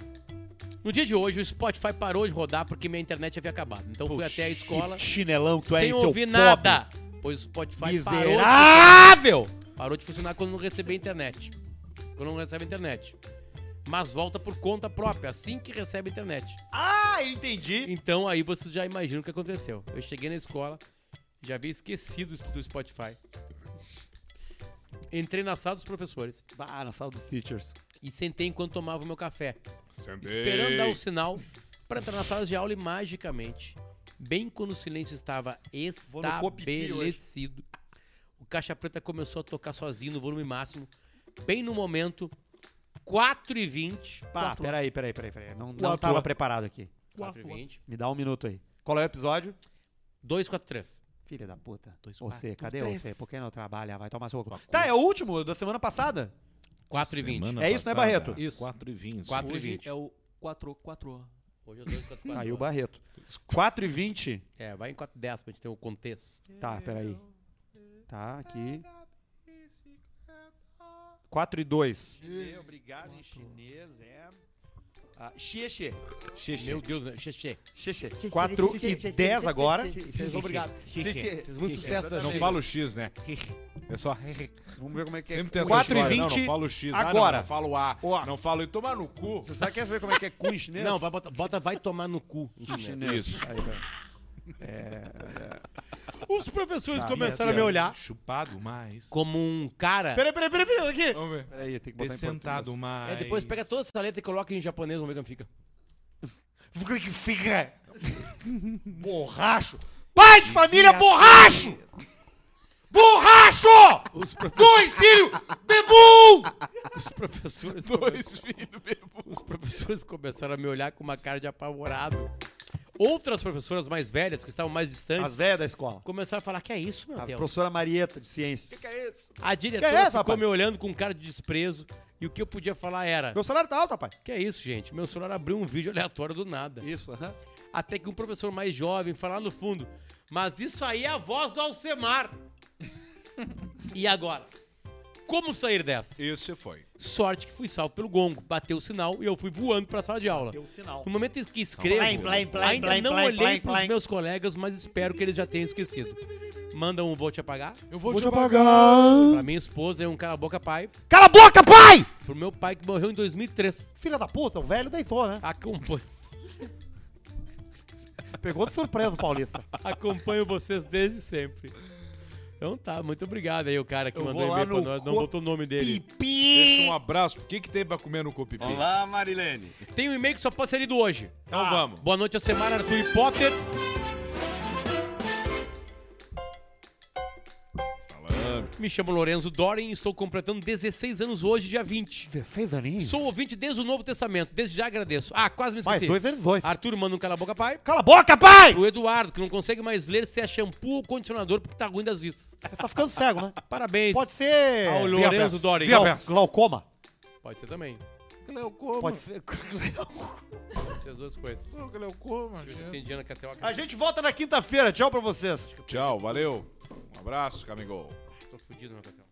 no dia de hoje o Spotify parou de rodar porque minha internet havia acabado. Então fui até a escola Que chinelão que tu é, sem hein, seu ouvir pobre. nada. Pois o Spotify parou Miserável! de, parou de funcionar quando não receber internet. Quando não recebe internet. Mas volta por conta própria, assim que recebe internet. Ah, eu entendi. Então aí vocês já imaginam o que aconteceu. Eu cheguei na escola, já havia esquecido do Spotify. Entrei na sala dos professores Ah, na sala dos teachers. e sentei enquanto tomava o meu café, Sentei. esperando dar o sinal pra entrar na sala de aula e magicamente, bem quando o silêncio estava estabelecido, o Caixa Preta começou a tocar sozinho no volume máximo, bem no momento, 4h20. Pá, peraí, peraí, peraí, peraí. Não, não tava preparado aqui. 4h20. Me dá um minuto aí. Qual é o episódio? 243. Filha da puta. Dois, Você, cadê você? Por que não trabalha? Vai tomar seu... Tá, é o último da semana passada. 4h20. É isso, né, Barreto? Isso. 4 e 20. 4 e 20. É o 4, 4. Hoje é 2 4 4. Aí o Barreto. 4 e 20. É, vai em 4 e 10 pra gente ter o contexto. Tá, peraí. Tá, aqui. 4 e 2. Obrigado em chinês, é... Ah, xie, xie. Meu Deus, né? Xexê. Xie, xie. 4 e 10 agora. Obrigado. Muito sucesso da Não gente. fala o X, né? É só. Vamos ver como é que Sempre tem essa 4 e história. 20 Não, não fala o X. Ah, não, agora. não fala o A. Ó. Não fala e tomar no cu. Você sabe, quer saber como é que é cu em chinês? Não, vai bota, bota vai tomar no cu. Ah, Isso. É, Os professores começaram Chupado mais. Como um cara. Peraí, peraí, peraí, peraí, aqui. Vamos ver. Peraí, tem que botar em Descentado mais. É, depois pega toda essa letra e coloca em japonês, vamos ver como fica. Fica que fica. Borracho. Pai de família, borracho! Borracho! Dois filhos, bebum! Os professores, Dois filhos, bebo. os professores começaram a me olhar com uma cara de apavorado. Outras professoras mais velhas, que estavam mais A distantes, Zé da escola. começaram a falar: Que é isso, meu A Deus? professora Marieta de ciências. A diretora Que é isso, ficou rapaz? me olhando com cara de desprezo e o que eu podia falar era: Meu salário tá alto, rapaz. Que é isso, gente? Meu celular abriu um vídeo aleatório do nada. Isso, aham. Até que um professor mais jovem falar no fundo: Mas isso aí é a voz do Alcemar. e agora? Como sair dessa? Esse foi. Sorte que fui salvo pelo gongo. Bateu o sinal e eu fui voando pra sala de aula. Deu sinal. No momento em que escrevo, Plim, plim, plim, ainda plim, não plim, olhei plim, pros plim. meus colegas, mas espero que eles já tenham esquecido. Manda um vou te apagar. Eu vou, te apagar. Pra minha esposa é um cara boca pai. Cala a boca, pai! Pro meu pai que morreu em 2003. Filha da puta, o velho deitou, né? Ah, Acompanho. Pegou de surpresa o Paulista. Acompanho vocês desde sempre. Então tá, muito obrigado aí o cara que Eu mandou vou lá e-mail pra no nós, não co- botou o nome dele. Pipi! Deixa um abraço. O que, que tem pra comer no Copipi? Olá, Marilene. Tem um e-mail que só pode ser lido hoje. Tá. Então vamos. Boa noite, Alcemar, Arthur e Potter. Salame. Me chamo Lorenzo Doren e estou completando 16 anos hoje, dia 20. 16 aninhos? Sou ouvinte desde o Novo Testamento, desde já agradeço. Ah, quase me Mais esqueci. dois vezes dois. Arthur manda um cala a boca, pai. Cala a boca, pai! Pro Eduardo, que não consegue mais ler se é shampoo ou condicionador porque tá ruim das vistas. Você tá ficando cego, né? Parabéns Pode ser. ao Lorenzo Doren. Glau- Glaucoma. Pode ser também. Pode ser. Pode ser as duas coisas. Tem Diana que até o A gente volta na quinta-feira. Tchau pra vocês. Tchau, valeu. Um abraço, Camigol. Tô tá fudido, né, meu cacau.